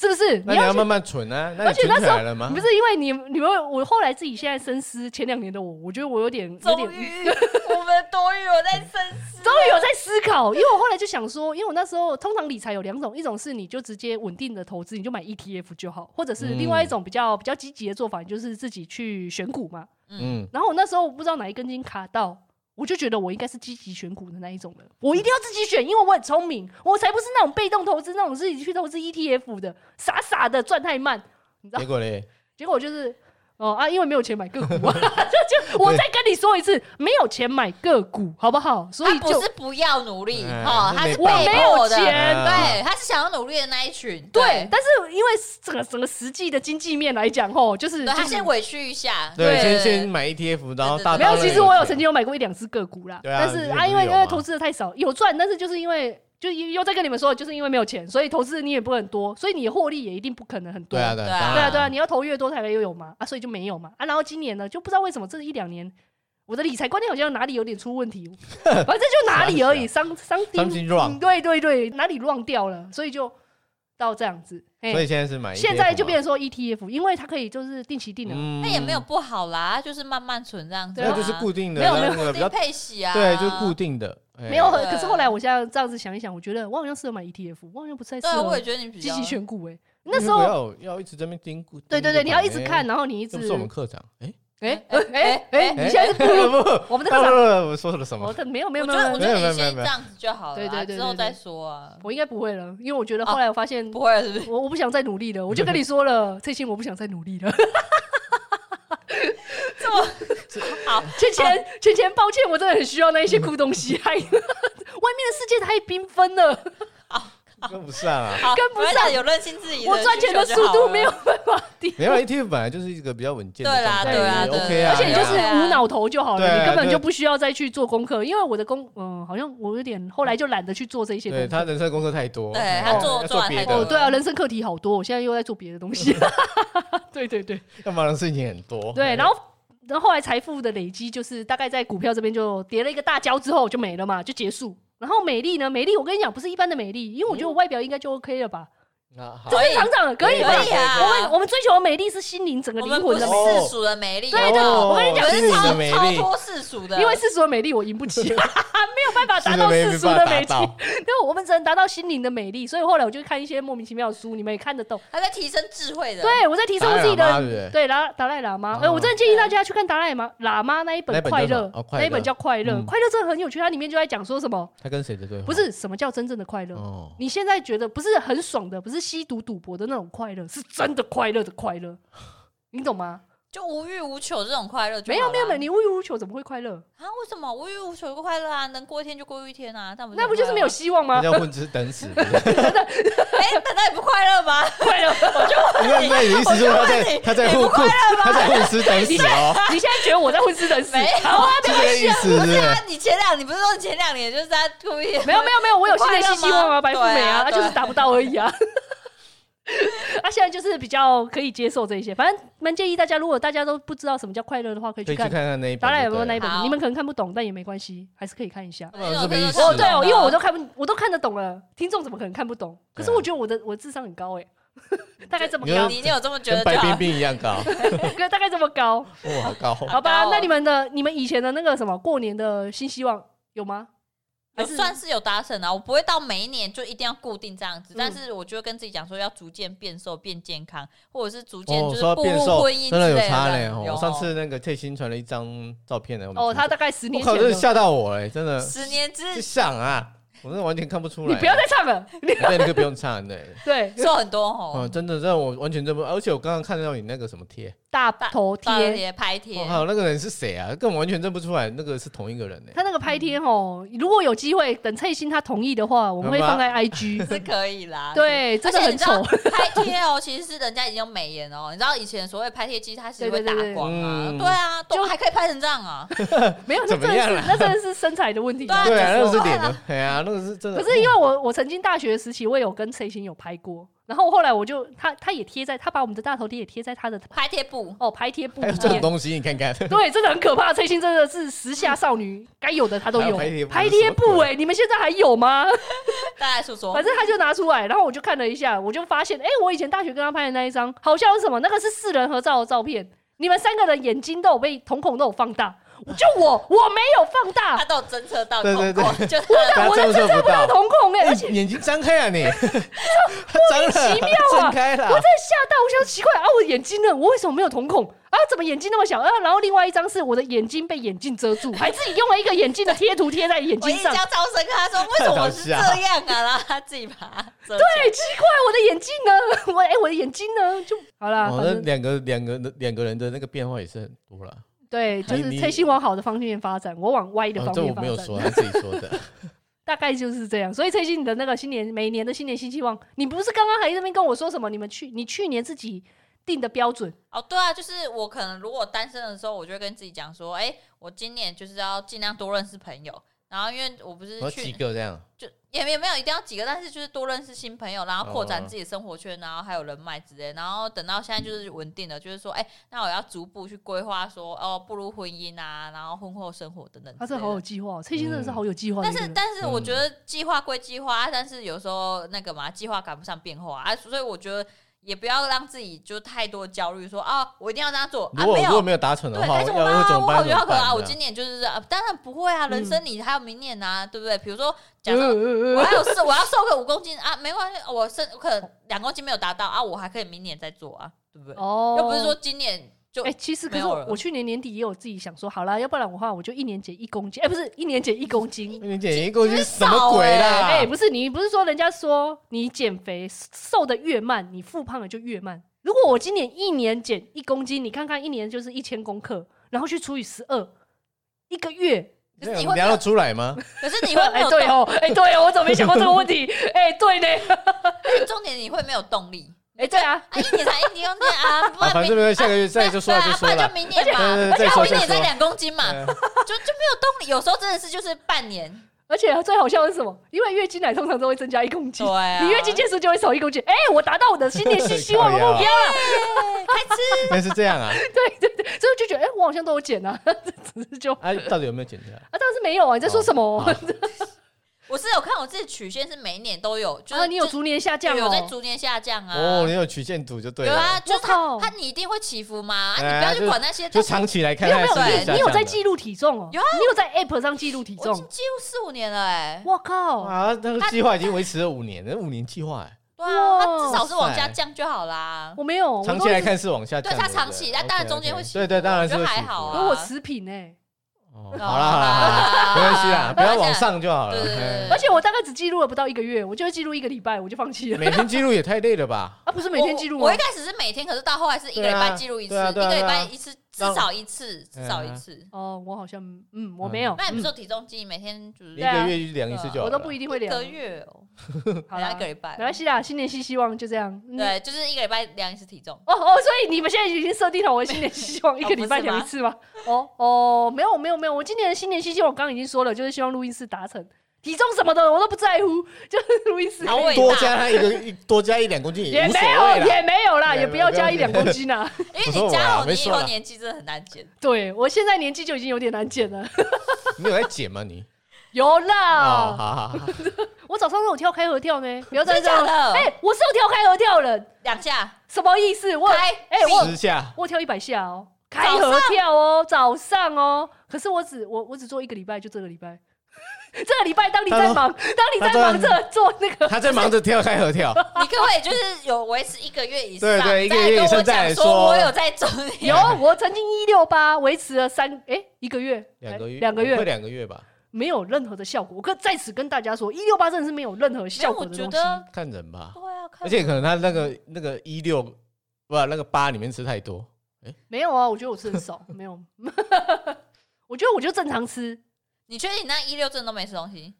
[SPEAKER 1] 是不是？
[SPEAKER 3] 那你要
[SPEAKER 1] 去
[SPEAKER 3] 慢慢存啊，那
[SPEAKER 1] 而
[SPEAKER 3] 你
[SPEAKER 1] 且
[SPEAKER 3] 存
[SPEAKER 1] 那
[SPEAKER 3] 起
[SPEAKER 1] 时候
[SPEAKER 3] 来了吗？
[SPEAKER 1] 不是因为你你们我后来自己现在深思前两年的我，我觉得我有点有点
[SPEAKER 2] 终于 *laughs* 我们的多余有在深思，
[SPEAKER 1] 终于有在思考，因为我后来就想说，因为我那时候通常理财有两种，一种是你就直接稳定的投资，你就买 ETF 就好，或者是另外一种比较比较积极的做法，你就是自己去选股嘛。
[SPEAKER 3] 嗯，
[SPEAKER 1] 然后我那时候不知道哪一根筋卡到，我就觉得我应该是积极选股的那一种人，我一定要自己选，因为我很聪明，我才不是那种被动投资，E 那种自己去投资 ETF 的，傻傻的赚太慢，你知道
[SPEAKER 3] 结果嘞，
[SPEAKER 1] 结果就是哦啊，因为没有钱买个股啊， *laughs* 就就我再跟你说一次，没有钱买个股，好不好？所以
[SPEAKER 2] 他
[SPEAKER 1] 就
[SPEAKER 2] 不是不要努力
[SPEAKER 3] 哎
[SPEAKER 2] 哈，
[SPEAKER 3] 那
[SPEAKER 2] 他是
[SPEAKER 3] 没办
[SPEAKER 1] 法
[SPEAKER 2] 被迫的，
[SPEAKER 1] 我没有钱
[SPEAKER 2] 对，他是想要努力的那一群，
[SPEAKER 1] 对，但是因为整个整个实际的经济面来讲，吼，就是
[SPEAKER 2] 对，
[SPEAKER 1] 就
[SPEAKER 2] 他
[SPEAKER 1] 是
[SPEAKER 2] 先委屈一下，
[SPEAKER 3] 对，先
[SPEAKER 2] 对，
[SPEAKER 3] 先买 ETF，然后
[SPEAKER 2] 对对
[SPEAKER 3] 大
[SPEAKER 1] 没有，
[SPEAKER 3] 大
[SPEAKER 1] 其实
[SPEAKER 3] 类
[SPEAKER 1] 我有
[SPEAKER 3] 股
[SPEAKER 1] 曾经有买过一两只个股啦，
[SPEAKER 3] 对啊
[SPEAKER 1] 但是
[SPEAKER 3] 你
[SPEAKER 1] 啊，
[SPEAKER 3] 也
[SPEAKER 1] 因
[SPEAKER 3] 不
[SPEAKER 1] 为
[SPEAKER 3] 是
[SPEAKER 1] 因
[SPEAKER 3] 有
[SPEAKER 1] 为
[SPEAKER 3] 吗
[SPEAKER 1] 投资的太少，有赚，但是就是因为就又又在跟你们说，就是因为没有钱，所以投资的你也不会很多，所以你的获利也一定不可能很多。
[SPEAKER 3] 对啊，对
[SPEAKER 2] 对啊
[SPEAKER 3] 啊，
[SPEAKER 1] 对啊，
[SPEAKER 3] 当
[SPEAKER 1] 对啊，
[SPEAKER 3] 然
[SPEAKER 1] 你要投越多才会又有嘛，啊，所以就没有嘛，啊，然后今年呢，就不知道为什么这一两年我的理财观念好像哪里有点出问
[SPEAKER 3] *laughs*
[SPEAKER 1] 题，反正就哪里而已，伤伤嗯
[SPEAKER 3] Something wrong
[SPEAKER 1] 对对对，哪里 wrong 掉了，所以就到这样子，哎
[SPEAKER 3] 所以现在是买 ETF 嘛，
[SPEAKER 1] 现在就变成说 ETF，因为它可以就是定期定额，
[SPEAKER 3] 嗯，
[SPEAKER 2] 那也没有不好啦，就是慢慢存这样子
[SPEAKER 1] 对
[SPEAKER 2] 啊，
[SPEAKER 3] 没有，就是固定的，
[SPEAKER 1] 没有没
[SPEAKER 3] 那
[SPEAKER 1] 有
[SPEAKER 3] 个比较
[SPEAKER 2] 定配息啊，
[SPEAKER 3] 对，就是固定的，哎
[SPEAKER 1] 没有，
[SPEAKER 2] 对
[SPEAKER 1] 可是后来我现在这样子想一想，我觉得我好像适合买 ETF，我好像不太适
[SPEAKER 2] 对，啊我
[SPEAKER 1] 合
[SPEAKER 2] 也觉得你比
[SPEAKER 1] 积
[SPEAKER 2] 较
[SPEAKER 1] 极选股哎、那
[SPEAKER 3] 因
[SPEAKER 1] 时
[SPEAKER 3] 为
[SPEAKER 1] 候
[SPEAKER 3] 要要一直在那边盯固，
[SPEAKER 1] 对对对，你要一直看，
[SPEAKER 3] 呢。
[SPEAKER 1] 然后你一直
[SPEAKER 3] 这不是我们科长，哎
[SPEAKER 1] 哎
[SPEAKER 2] 哎
[SPEAKER 1] 哎哎哎， *laughs* 你现在是
[SPEAKER 3] *laughs*
[SPEAKER 1] 步入
[SPEAKER 3] 不不
[SPEAKER 1] 我们的
[SPEAKER 3] 不
[SPEAKER 1] 课
[SPEAKER 3] 不
[SPEAKER 1] 长，
[SPEAKER 3] 我说了什
[SPEAKER 1] 我
[SPEAKER 3] 么？
[SPEAKER 1] 的没有没有
[SPEAKER 2] 我
[SPEAKER 1] 没
[SPEAKER 2] 觉
[SPEAKER 1] 有
[SPEAKER 2] 得，
[SPEAKER 1] 没
[SPEAKER 2] 我
[SPEAKER 1] 有
[SPEAKER 3] 没
[SPEAKER 2] 觉得
[SPEAKER 3] 有
[SPEAKER 2] 你
[SPEAKER 3] 没有
[SPEAKER 2] 先
[SPEAKER 3] 没
[SPEAKER 2] 这
[SPEAKER 3] 有
[SPEAKER 2] 样子就好了
[SPEAKER 1] 对
[SPEAKER 2] 啊，
[SPEAKER 1] 对对
[SPEAKER 2] 之后
[SPEAKER 1] 对
[SPEAKER 2] 再
[SPEAKER 1] 对
[SPEAKER 2] 说啊，
[SPEAKER 1] 我应该不会了，因为我觉得后来我发现
[SPEAKER 2] 哦不会了是不是？
[SPEAKER 1] 我我不想再努力了，我就跟
[SPEAKER 3] *laughs*
[SPEAKER 1] 你说了，翠心我不想再努力了，
[SPEAKER 2] 这么好，
[SPEAKER 1] 芊
[SPEAKER 2] 哦
[SPEAKER 1] 芊芊芊，抱歉，我真的很需要那一
[SPEAKER 3] 嗯
[SPEAKER 1] 些酷东西，嗨， *laughs* 外面的世界太缤纷了，
[SPEAKER 3] 跟不上啊。
[SPEAKER 2] 好
[SPEAKER 1] 跟不上
[SPEAKER 2] 我要有认清自己，
[SPEAKER 1] 我赚钱的速度没有。办法低。
[SPEAKER 3] 没有啊 ETF 本来就是一个比较稳健的
[SPEAKER 2] 对啦
[SPEAKER 3] 状态
[SPEAKER 1] 对啦
[SPEAKER 3] 也
[SPEAKER 2] 对
[SPEAKER 3] ，OK 啊，
[SPEAKER 1] 而且你就是
[SPEAKER 2] 对啊
[SPEAKER 1] 无脑投就好
[SPEAKER 3] 对
[SPEAKER 1] 了，
[SPEAKER 3] 啊
[SPEAKER 1] 你根本
[SPEAKER 3] 对
[SPEAKER 1] 就不需要再去做功课，因为我的功，嗯，好像我有点后来就懒得去做这一些
[SPEAKER 3] 对
[SPEAKER 1] 东
[SPEAKER 3] 他
[SPEAKER 1] 西。
[SPEAKER 3] 人生功课太多，
[SPEAKER 2] 对
[SPEAKER 3] 哎
[SPEAKER 2] 他
[SPEAKER 3] 要
[SPEAKER 2] 做
[SPEAKER 3] 要
[SPEAKER 2] 做
[SPEAKER 3] 做
[SPEAKER 2] 完
[SPEAKER 3] 别
[SPEAKER 2] 太多
[SPEAKER 1] 哦，
[SPEAKER 2] 了
[SPEAKER 3] 的，
[SPEAKER 1] 对啊，人生课题好多，我现在又在做别的东西。 *laughs* 对对对
[SPEAKER 3] 要忙的事情很多。
[SPEAKER 1] 对，然后。然后后来财富的累积，就是大概在股票这边就跌了一个大跤之后就没了嘛，就结束。然后美丽呢？美丽我跟你讲不是一般的美丽，因为我觉得我外表应该就 OK 了吧，
[SPEAKER 3] 啊好
[SPEAKER 1] 正
[SPEAKER 2] 可以
[SPEAKER 1] 正常常的，可以吧？
[SPEAKER 2] 可以啊
[SPEAKER 1] 我们我们追求的美丽是心灵整个
[SPEAKER 2] 我
[SPEAKER 1] 灵
[SPEAKER 2] 们不
[SPEAKER 1] 魂的
[SPEAKER 2] 是
[SPEAKER 1] 美，啊
[SPEAKER 3] 哦
[SPEAKER 2] 世俗的美丽，
[SPEAKER 1] 对的
[SPEAKER 2] 好不好
[SPEAKER 1] 我跟你讲
[SPEAKER 2] 我
[SPEAKER 3] 心
[SPEAKER 2] 是
[SPEAKER 3] 灵的
[SPEAKER 2] 超
[SPEAKER 3] 美
[SPEAKER 2] 超
[SPEAKER 3] 丽，
[SPEAKER 2] 脱世俗的，
[SPEAKER 1] 因为世俗的美丽我赢不起， *laughs* 没有办法达到世俗
[SPEAKER 3] 世俗
[SPEAKER 1] 的
[SPEAKER 3] 的
[SPEAKER 1] 美
[SPEAKER 3] 美没
[SPEAKER 1] 丽
[SPEAKER 3] 办法达到，
[SPEAKER 1] 对，我们只能达到心灵的美丽。所以后来我就看一些莫名其妙的书，你们也看得懂。
[SPEAKER 2] 他在提升智慧的，
[SPEAKER 1] 对我在提升我自己
[SPEAKER 3] 达赖喇嘛对不
[SPEAKER 1] 的
[SPEAKER 3] 对
[SPEAKER 1] 对达达赖喇嘛。哎、
[SPEAKER 3] 哦
[SPEAKER 1] 我真的建议大家去看达赖喇嘛喇嘛那一本
[SPEAKER 3] 那
[SPEAKER 1] 《
[SPEAKER 3] 一本
[SPEAKER 1] 快
[SPEAKER 3] 叫什
[SPEAKER 1] 乐
[SPEAKER 3] 么》哦快
[SPEAKER 1] 那
[SPEAKER 3] 乐
[SPEAKER 1] 一本叫《快乐》，
[SPEAKER 3] 嗯
[SPEAKER 1] 快乐真的很有趣，它里面就在讲说什么，
[SPEAKER 3] 他跟谁的对话？
[SPEAKER 1] 不是什么叫真正的快乐。
[SPEAKER 3] 哦，
[SPEAKER 1] 你现在觉得不是很爽的，不是吸毒赌博的那种快乐，是真的快乐的快乐，你懂
[SPEAKER 2] *laughs*
[SPEAKER 1] 吗？
[SPEAKER 2] 就无欲无求这种快乐就
[SPEAKER 1] 没有
[SPEAKER 2] 好啦，
[SPEAKER 1] 没有没有，你无欲无求怎么会快乐？
[SPEAKER 2] 啊？为什么无欲无求不快乐啊？能过一天就过一天啊，那不
[SPEAKER 1] 那不就是没有
[SPEAKER 2] 快
[SPEAKER 1] 希望吗
[SPEAKER 3] 那？叫混吃等死。 *laughs* 你
[SPEAKER 2] 乐哎，难道你不快乐
[SPEAKER 1] *laughs*
[SPEAKER 2] 吗？
[SPEAKER 1] *laughs* 快乐。
[SPEAKER 3] 看那你的意思说他在他在混混他在混吃等死哦，
[SPEAKER 1] 你现在觉得我在混吃等死？
[SPEAKER 2] 没有
[SPEAKER 1] 好啊，
[SPEAKER 3] 是这个意思是不是？
[SPEAKER 2] 啊，你前两你不是说你前两年就是在故 *laughs* 意
[SPEAKER 1] 没有没有没有，我有新的新希望啊，白
[SPEAKER 2] 快
[SPEAKER 1] 富
[SPEAKER 2] 乐吗
[SPEAKER 1] 美啊，
[SPEAKER 2] 对啊对
[SPEAKER 1] 就是达不到而已啊。 *laughs* 啊，现在就是比较可以接受这一些，反正蛮建议大家，如果大家都不知道什么叫快乐的话，可以
[SPEAKER 3] 可
[SPEAKER 1] 去
[SPEAKER 3] 以去
[SPEAKER 1] 看
[SPEAKER 3] 看。看那一本
[SPEAKER 1] 达
[SPEAKER 3] 就对了，啊
[SPEAKER 1] 赖有没有那一本
[SPEAKER 2] 好？
[SPEAKER 1] 你们可能看不懂，但也没关系，还是可以看一下。
[SPEAKER 3] 没有这么意思
[SPEAKER 1] 哦，
[SPEAKER 3] 哦
[SPEAKER 1] 对
[SPEAKER 2] 啊
[SPEAKER 1] 哦，因为我都看不，我都看得懂了，听众怎么可能看不懂？可是
[SPEAKER 3] 对啊
[SPEAKER 1] 我觉得我的我的智商很高哎， *laughs* 大概这么
[SPEAKER 3] 你都
[SPEAKER 1] 高，
[SPEAKER 2] 你你有这么觉
[SPEAKER 3] 跟
[SPEAKER 2] 得
[SPEAKER 3] 白
[SPEAKER 2] 就好
[SPEAKER 3] 冰。冰一
[SPEAKER 1] *laughs*
[SPEAKER 3] 样高，
[SPEAKER 1] 大概这么高，
[SPEAKER 3] 哇，好高哦。
[SPEAKER 1] 好吧
[SPEAKER 2] 高哦？
[SPEAKER 1] 那你们的你们以前的那个什么过年的新希望有吗？还
[SPEAKER 2] 我
[SPEAKER 1] 是
[SPEAKER 2] 算是有达成啊，我不会到每一年就一定要固定这样子，
[SPEAKER 1] 嗯
[SPEAKER 2] 但是我就会跟自己讲说要逐渐变瘦、变健康，或者是逐渐
[SPEAKER 3] 哦
[SPEAKER 2] 就，是
[SPEAKER 3] 说到
[SPEAKER 2] 步
[SPEAKER 3] 变
[SPEAKER 2] 入
[SPEAKER 3] 瘦
[SPEAKER 2] 婚姻，
[SPEAKER 3] 真的有
[SPEAKER 2] 之类
[SPEAKER 3] 差
[SPEAKER 2] 的
[SPEAKER 3] 嘞哦！
[SPEAKER 2] 有
[SPEAKER 3] 我上次那个退新传了一张照片来，我们
[SPEAKER 1] 哦，他大概十
[SPEAKER 3] 我
[SPEAKER 1] 年前
[SPEAKER 3] 靠，真的
[SPEAKER 1] 了。
[SPEAKER 3] 吓到我嘞，真的
[SPEAKER 2] 哦十年之
[SPEAKER 3] 就想啊，我真的完全看不出来。
[SPEAKER 1] 你不要再唱
[SPEAKER 3] *laughs*
[SPEAKER 1] 了，你
[SPEAKER 3] 对，那个不用唱，对，
[SPEAKER 1] 对，
[SPEAKER 2] 瘦很多哦
[SPEAKER 1] 哦
[SPEAKER 2] 吼，
[SPEAKER 3] 嗯，真的让我完全认不，而且我刚刚看到你那个什么贴，
[SPEAKER 1] 大
[SPEAKER 2] 大
[SPEAKER 1] 头
[SPEAKER 2] 大
[SPEAKER 1] 贴，
[SPEAKER 2] 贴拍贴
[SPEAKER 3] 我，靠，哦那个人是谁啊？根本完全认不出来，那个是同一个人欸呢。
[SPEAKER 1] 他那个拍贴吼，如果有机会，等蔡欣他同意的话，我们会
[SPEAKER 3] 好
[SPEAKER 1] 放
[SPEAKER 3] 吧
[SPEAKER 1] 在 IG。
[SPEAKER 2] 是可以啦。
[SPEAKER 1] 对，
[SPEAKER 2] 啊而
[SPEAKER 1] 真的
[SPEAKER 2] 且
[SPEAKER 1] 很
[SPEAKER 2] 你知道
[SPEAKER 1] 丑。
[SPEAKER 2] 拍贴哦，其实是人家已经有美颜哦。你知道以前所谓拍贴机，它是会
[SPEAKER 1] 对对
[SPEAKER 2] 打
[SPEAKER 1] 对对
[SPEAKER 2] 光啊，
[SPEAKER 3] 嗯
[SPEAKER 2] 对啊，都
[SPEAKER 1] 就
[SPEAKER 2] 还可以拍成这样啊。
[SPEAKER 1] *laughs* 没有，那
[SPEAKER 3] 怎
[SPEAKER 1] 真的
[SPEAKER 3] 么样啊
[SPEAKER 1] 是
[SPEAKER 3] 啦
[SPEAKER 1] 那真的是身材的问题。
[SPEAKER 2] 对啊
[SPEAKER 3] 对啊，
[SPEAKER 2] 就
[SPEAKER 3] 那个
[SPEAKER 2] 是
[SPEAKER 3] 是
[SPEAKER 2] 我
[SPEAKER 3] 脸的，哎呀，那个是
[SPEAKER 2] 啊
[SPEAKER 3] 真的。
[SPEAKER 1] 可是因为我我曾经大学时期，我有跟蔡欣有拍过，然后后来我就他他也贴在，他把我们的大头贴也贴在他的
[SPEAKER 2] 拍贴布，
[SPEAKER 1] 哦排贴布
[SPEAKER 3] 还有哎这
[SPEAKER 1] 里
[SPEAKER 3] 种
[SPEAKER 1] 面。
[SPEAKER 3] 东西，你看看，
[SPEAKER 1] 对，真的很可怕。蔡欣真的是时下少女，该有的她都
[SPEAKER 3] 还
[SPEAKER 1] 有。
[SPEAKER 3] 有拍贴布
[SPEAKER 1] 排贴
[SPEAKER 3] 什么
[SPEAKER 1] 布，
[SPEAKER 3] 鬼
[SPEAKER 1] 哎，你们现在还有吗？
[SPEAKER 2] 大家说说
[SPEAKER 1] 反，正他就拿出来，然后我就看了一下，我就发现，哎、我以前大学跟他拍的那一张，好像是什么？那个是四人合照的照片，你们三个人眼睛都有被瞳孔都有放大，就我我没有放大
[SPEAKER 2] 他，都有侦测到
[SPEAKER 3] 对对
[SPEAKER 2] 瞳孔，就
[SPEAKER 1] 我
[SPEAKER 3] *laughs* 大
[SPEAKER 1] 的
[SPEAKER 3] *laughs* 家
[SPEAKER 1] 我的
[SPEAKER 3] 真的做不
[SPEAKER 1] 大
[SPEAKER 3] 到。
[SPEAKER 1] 瞳孔哎、而且
[SPEAKER 3] 眼睛张开
[SPEAKER 2] *laughs*
[SPEAKER 3] 啊你，张了，
[SPEAKER 1] 其妙啊
[SPEAKER 3] 睁开了
[SPEAKER 1] 我，真的吓到，我想奇怪啊，我眼睛呢？我为什么没有瞳孔啊？怎么眼睛那么小啊？然后另外一张是我的眼睛被眼镜遮住，还自己用了一个眼镜的贴图贴在眼
[SPEAKER 2] 我一
[SPEAKER 1] 睛
[SPEAKER 2] 直
[SPEAKER 1] 上
[SPEAKER 2] 叫。招生跟他说，为什么我是这样啊？然后他自己把它遮起来
[SPEAKER 1] 对，哎奇怪，我的眼镜呢？我哎、我的眼睛呢？就好啦，
[SPEAKER 3] 哦，
[SPEAKER 1] 反
[SPEAKER 3] 那
[SPEAKER 1] 正
[SPEAKER 3] 两个两个两个人的那个变化也是很多了。
[SPEAKER 1] 对，就
[SPEAKER 3] 你
[SPEAKER 1] 是
[SPEAKER 3] 你
[SPEAKER 1] 崔心往好的方面发展，我往歪的
[SPEAKER 3] 哦
[SPEAKER 1] 方
[SPEAKER 3] 这
[SPEAKER 1] 面
[SPEAKER 3] 我
[SPEAKER 1] 发
[SPEAKER 3] 没有
[SPEAKER 1] 展。
[SPEAKER 3] 说，他自己说
[SPEAKER 2] *laughs*
[SPEAKER 3] 的。
[SPEAKER 1] 大概就是这样。所以最近你的那个新年，每年的新年新希望，你不是刚刚还在那边跟我说什么？你们去，你去年自己定的标准，
[SPEAKER 2] 哦，对啊，就是我可能如果单身的时候，我就会跟自己讲说，哎、我今年就是要尽量多认识朋友。然后因为我不是
[SPEAKER 3] 我几
[SPEAKER 2] 去啊
[SPEAKER 3] 个这样，
[SPEAKER 2] 就也也没有一定要几个，但是就是多认识新朋友，然后扩展
[SPEAKER 3] 哦嗯
[SPEAKER 2] 自己的生活圈，然后还有人脉之类。然后等到现在就是稳定了，就是说，哎、那我要逐步去规划说，哦，步入婚姻啊，然后婚后生活等等之
[SPEAKER 1] 他
[SPEAKER 2] 类的。
[SPEAKER 1] 是好有计划哦，崔心真的是好有计划的一
[SPEAKER 2] 但
[SPEAKER 1] 个
[SPEAKER 2] 是，
[SPEAKER 1] 人。
[SPEAKER 2] 但是我
[SPEAKER 3] 嗯
[SPEAKER 2] 觉得计划归计划，但是有时候那个嘛，计划赶不上变化啊，所以我觉得也不要让自己就太多焦虑，说啊，我一定要这样做啊，
[SPEAKER 3] 如果
[SPEAKER 2] 没
[SPEAKER 3] 如果
[SPEAKER 2] 有。
[SPEAKER 3] 没有达成的
[SPEAKER 2] 对，
[SPEAKER 3] 话，
[SPEAKER 2] 但是我
[SPEAKER 3] 要
[SPEAKER 2] 妈
[SPEAKER 3] 要怎
[SPEAKER 2] 妈
[SPEAKER 3] 么
[SPEAKER 2] 我好
[SPEAKER 3] 办？
[SPEAKER 2] 觉得
[SPEAKER 3] 怎么
[SPEAKER 2] 可
[SPEAKER 3] 办
[SPEAKER 2] 啊，我
[SPEAKER 3] 这样嗯
[SPEAKER 2] 今年就是这样，当然不会啊，人生你还有明年呐、对不对？比如说，假
[SPEAKER 3] 呃
[SPEAKER 2] 设
[SPEAKER 1] 嗯
[SPEAKER 2] 我还有事，我要瘦个五公斤啊，没关系，我剩我可能两公斤没有达到啊，我还可以明年再做啊，对
[SPEAKER 3] 呃
[SPEAKER 2] 不对？
[SPEAKER 1] 哦
[SPEAKER 2] 又不是说今年就
[SPEAKER 1] 哎、其实可
[SPEAKER 2] 没
[SPEAKER 1] 是
[SPEAKER 2] 有
[SPEAKER 1] 我
[SPEAKER 2] 了
[SPEAKER 1] 我去年年底也有自己想说，好啦，要不然的话，我就一年减一公斤，哎、不是一年减一公斤。
[SPEAKER 3] 那你姐一共是什
[SPEAKER 2] 很少
[SPEAKER 3] 么鬼啦？
[SPEAKER 1] 哎、不是你不是说人家说你减肥瘦的越慢，你复胖的就越慢。如果我今年一年减一公斤，你看看一年就是一千公克，然后去除以十二，一个月。
[SPEAKER 2] 可是
[SPEAKER 3] 这
[SPEAKER 2] 你
[SPEAKER 3] 样
[SPEAKER 2] 会没
[SPEAKER 3] 聊
[SPEAKER 2] 有
[SPEAKER 3] 得，出来
[SPEAKER 2] *laughs*
[SPEAKER 3] 吗？
[SPEAKER 2] 可是
[SPEAKER 3] *laughs*
[SPEAKER 2] 你会没
[SPEAKER 1] 哎、
[SPEAKER 2] 有
[SPEAKER 1] 对哦，哎、对哦，我怎么没想过这个问
[SPEAKER 2] *laughs*
[SPEAKER 1] 题？哎、对呢，
[SPEAKER 3] 啊
[SPEAKER 2] 重点你会没有动力。
[SPEAKER 1] 哎、对啊，
[SPEAKER 2] 啊，一年才一
[SPEAKER 3] *laughs*
[SPEAKER 2] 年公斤啊，不
[SPEAKER 3] 啊，
[SPEAKER 2] 然
[SPEAKER 3] 反正没有下个月下个月就说了
[SPEAKER 2] 对
[SPEAKER 3] 就
[SPEAKER 2] 啊
[SPEAKER 3] 说
[SPEAKER 2] 不然
[SPEAKER 3] 了
[SPEAKER 2] 就。明年嘛，
[SPEAKER 3] 对对对
[SPEAKER 2] 而且
[SPEAKER 3] 再
[SPEAKER 2] 我
[SPEAKER 3] 说
[SPEAKER 2] 一年
[SPEAKER 3] 再
[SPEAKER 2] 才
[SPEAKER 3] 说
[SPEAKER 2] 两公斤嘛，
[SPEAKER 3] 嗯
[SPEAKER 2] 就就没有动力。有时候真的是就是半年，
[SPEAKER 1] 而且最好笑的是什么？因为月经来通常都会增加一公斤，
[SPEAKER 2] 对啊
[SPEAKER 1] 你月经结束就会少一公斤。哎、我达到我的新年新希
[SPEAKER 2] *laughs*
[SPEAKER 1] 望的目标
[SPEAKER 2] 啊
[SPEAKER 1] 了。
[SPEAKER 3] 那是这样啊，
[SPEAKER 1] 对对对，所以我就觉得，哎、我好像都有减啊， *laughs* 只是就啊，
[SPEAKER 3] 啊，到底有没有减掉？
[SPEAKER 1] 当然是没有啊，你在说什么？
[SPEAKER 3] 哦好
[SPEAKER 2] 我是有看我自己曲线是每一年都有，就
[SPEAKER 1] *laughs*
[SPEAKER 2] 是
[SPEAKER 1] 啊，你有逐年下降
[SPEAKER 2] 有在
[SPEAKER 1] 哦。
[SPEAKER 2] 逐年下降啊，
[SPEAKER 3] 哦，你有曲线图就对
[SPEAKER 2] 有啊，
[SPEAKER 3] 了，
[SPEAKER 2] 就是
[SPEAKER 1] 我靠
[SPEAKER 2] 它它你一定会起伏嘛，啊，你
[SPEAKER 3] 哎
[SPEAKER 2] 不要去
[SPEAKER 3] 就
[SPEAKER 2] 管那些，
[SPEAKER 3] 就
[SPEAKER 2] 但是
[SPEAKER 3] 长期来看
[SPEAKER 1] 你有没
[SPEAKER 3] 它
[SPEAKER 1] 有
[SPEAKER 3] 是下
[SPEAKER 2] 对
[SPEAKER 3] 降
[SPEAKER 1] 你
[SPEAKER 3] 的。
[SPEAKER 1] 你有在记录体重哦？
[SPEAKER 2] 有啊
[SPEAKER 1] 你有在 App 上记录体
[SPEAKER 2] 我已经
[SPEAKER 1] 重？
[SPEAKER 2] 几乎四五年了哎，
[SPEAKER 1] 我靠！
[SPEAKER 3] 啊？那个计划已经维持了五年，那五年计划哎，
[SPEAKER 2] 对啊，它
[SPEAKER 1] 哇
[SPEAKER 2] 至少是往下
[SPEAKER 3] 塞
[SPEAKER 2] 降就好啦。
[SPEAKER 1] 我没有，我
[SPEAKER 3] 长
[SPEAKER 1] 都
[SPEAKER 3] 期来
[SPEAKER 1] 是
[SPEAKER 3] 看是往下降
[SPEAKER 2] 对
[SPEAKER 3] 的。
[SPEAKER 2] 它
[SPEAKER 3] 不
[SPEAKER 2] 长期，但
[SPEAKER 3] OK，
[SPEAKER 2] 当然中间
[SPEAKER 3] OK
[SPEAKER 2] 会起伏，
[SPEAKER 3] 对对，当然
[SPEAKER 2] 我
[SPEAKER 3] 是
[SPEAKER 2] 觉
[SPEAKER 3] 会
[SPEAKER 2] 得
[SPEAKER 3] 起
[SPEAKER 2] 还
[SPEAKER 3] 伏
[SPEAKER 2] 好
[SPEAKER 1] 可
[SPEAKER 2] 啊。
[SPEAKER 1] 我持平哎，
[SPEAKER 3] 哦好啦好啦，没关系啦，不要往上就好了。
[SPEAKER 2] 对对对
[SPEAKER 3] 嗯
[SPEAKER 1] 而且我大概只记录了不到一个月，我就会记录一个礼拜，我就放弃
[SPEAKER 3] *laughs*
[SPEAKER 1] 了。
[SPEAKER 3] 每天记录也太累了吧？
[SPEAKER 1] 啊，不是每天记录
[SPEAKER 2] 我。我
[SPEAKER 1] 吗
[SPEAKER 2] 一？开始是每天，可是到后来是一个礼
[SPEAKER 3] 哦对啊
[SPEAKER 2] 拜记录一次，
[SPEAKER 3] 对啊
[SPEAKER 2] 一
[SPEAKER 3] 对啊
[SPEAKER 2] 个礼
[SPEAKER 3] 对
[SPEAKER 2] 拜
[SPEAKER 3] 啊
[SPEAKER 2] 一次，至
[SPEAKER 3] 让
[SPEAKER 2] 少一次，至少一次。
[SPEAKER 1] 哦，我好像嗯，我没有。
[SPEAKER 2] 那你
[SPEAKER 1] 嗯
[SPEAKER 2] 不是有体重计，每天就是
[SPEAKER 3] 一
[SPEAKER 1] 对啊
[SPEAKER 3] 个月量一次就好了。
[SPEAKER 1] 我都不一定会
[SPEAKER 2] 一
[SPEAKER 1] 量
[SPEAKER 2] 个。月哦，
[SPEAKER 1] 好
[SPEAKER 2] 量
[SPEAKER 1] 啦
[SPEAKER 2] 一个礼拜
[SPEAKER 1] 没。关系啦，新年新希望就这样。嗯
[SPEAKER 2] 对，就是一个礼拜量一次体重。
[SPEAKER 1] 哦哦，所以你们现在已经设定好我的新年新希望，一个礼拜量一次吗？哦哦，没有没有没有，我今年的新年新希望我刚刚已经说了，就是希望录音室达成，体重什么的我都不在乎，就是录音室
[SPEAKER 2] 好伟
[SPEAKER 3] 多
[SPEAKER 2] 大
[SPEAKER 3] 加他一个一多加一两公斤
[SPEAKER 1] 也
[SPEAKER 3] 无所
[SPEAKER 1] 没
[SPEAKER 3] 谓
[SPEAKER 1] 有
[SPEAKER 3] 啦。
[SPEAKER 1] 也没有啦，
[SPEAKER 3] 对
[SPEAKER 1] 也不要加一
[SPEAKER 3] 不要
[SPEAKER 1] 两公斤啦。
[SPEAKER 2] 因为
[SPEAKER 3] 不错
[SPEAKER 2] 你
[SPEAKER 3] 吧
[SPEAKER 2] 加好，你
[SPEAKER 3] 没
[SPEAKER 2] 以
[SPEAKER 3] 错
[SPEAKER 2] 后
[SPEAKER 3] 啦
[SPEAKER 2] 年纪真的很难减。
[SPEAKER 1] 对我现在年纪就已经有点难减了，
[SPEAKER 3] 你有在减吗你？
[SPEAKER 1] 有
[SPEAKER 3] 哦，
[SPEAKER 1] 啦
[SPEAKER 3] 好，好好，
[SPEAKER 1] 我早上都有跳开合跳呢，不要再
[SPEAKER 2] 真的
[SPEAKER 1] 这样
[SPEAKER 2] 假
[SPEAKER 1] 了。
[SPEAKER 2] 的？
[SPEAKER 1] 哎，我是有跳开合跳的，
[SPEAKER 2] 两下
[SPEAKER 1] 什么意思？我
[SPEAKER 2] 开
[SPEAKER 1] 哎我
[SPEAKER 3] 十下。
[SPEAKER 1] 我跳一百下哦，开合跳哦，早上哦。可是我只我我只做一个礼拜，就这个礼拜。 *laughs* 这个礼拜，当你在忙，当你在忙着做那
[SPEAKER 3] *laughs*
[SPEAKER 1] 个，
[SPEAKER 3] 他在忙着跳开合跳，
[SPEAKER 2] 你可不可以就是有维持一个月以上？
[SPEAKER 3] 对对一个月以
[SPEAKER 2] 再
[SPEAKER 3] 上
[SPEAKER 2] 跟
[SPEAKER 3] 再
[SPEAKER 2] 我
[SPEAKER 3] 来
[SPEAKER 2] 讲
[SPEAKER 3] 说
[SPEAKER 2] 我有在做。
[SPEAKER 1] 有我曾经一六八维持了三哎一个月，哎
[SPEAKER 3] 两个月，
[SPEAKER 1] 两个
[SPEAKER 3] 快
[SPEAKER 1] 月
[SPEAKER 3] 两个月吧，
[SPEAKER 1] 没有任何的效果。我可在此跟大家说，一六八真的是没有任何
[SPEAKER 2] 没有，
[SPEAKER 1] 效
[SPEAKER 2] 我
[SPEAKER 1] 果的
[SPEAKER 2] 觉
[SPEAKER 1] 东西。
[SPEAKER 2] 得
[SPEAKER 3] 看人吧。
[SPEAKER 2] 对啊，看
[SPEAKER 3] 而且可能他那个那个一六不那个八里面吃太多，
[SPEAKER 1] 没有啊，我觉得我吃很少， *laughs* 没有。我觉得我就正常吃，
[SPEAKER 2] 你确定你那一六真的都没吃东西？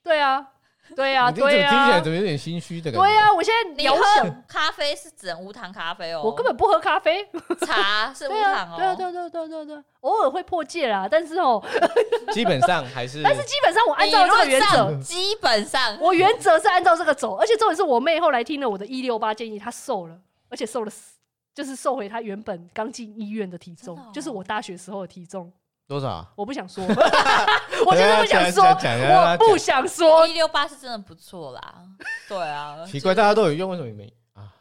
[SPEAKER 1] 对啊，对啊，
[SPEAKER 3] 你这怎
[SPEAKER 1] 对
[SPEAKER 3] 么听起来
[SPEAKER 1] 啊
[SPEAKER 3] 怎，么有点心虚的感觉？
[SPEAKER 1] 对啊。我现在
[SPEAKER 2] 你
[SPEAKER 1] 遥
[SPEAKER 2] 喝
[SPEAKER 1] 想，
[SPEAKER 2] 咖啡是只能无糖咖啡哦，
[SPEAKER 1] 我根本不喝咖
[SPEAKER 2] *laughs*
[SPEAKER 1] 啡，
[SPEAKER 2] 茶是无
[SPEAKER 1] 对啊
[SPEAKER 2] 糖哦，，
[SPEAKER 1] 对啊，对啊，对啊对啊对啊对啊，偶尔会破戒啦，但是哦，
[SPEAKER 3] 基本上还是
[SPEAKER 1] 但是基本上我啊按照
[SPEAKER 2] 理
[SPEAKER 1] 这个
[SPEAKER 2] 论
[SPEAKER 1] 原则
[SPEAKER 2] 上，基本上
[SPEAKER 1] 我原则是按照这个走，而且重点是我妹后来听了我的一六八建议，她瘦了，而且瘦了十，就是瘦回她原本刚进医院的体重，
[SPEAKER 2] 真的哦
[SPEAKER 1] 就是我大学时候的体重。
[SPEAKER 3] 多少啊？
[SPEAKER 1] 我不想说，我就是不想说，
[SPEAKER 3] 讲讲讲讲
[SPEAKER 1] 我不想说
[SPEAKER 2] 一。六八是真的不错啦。对啊，
[SPEAKER 3] 奇怪，大家都有用，为什么你没啊？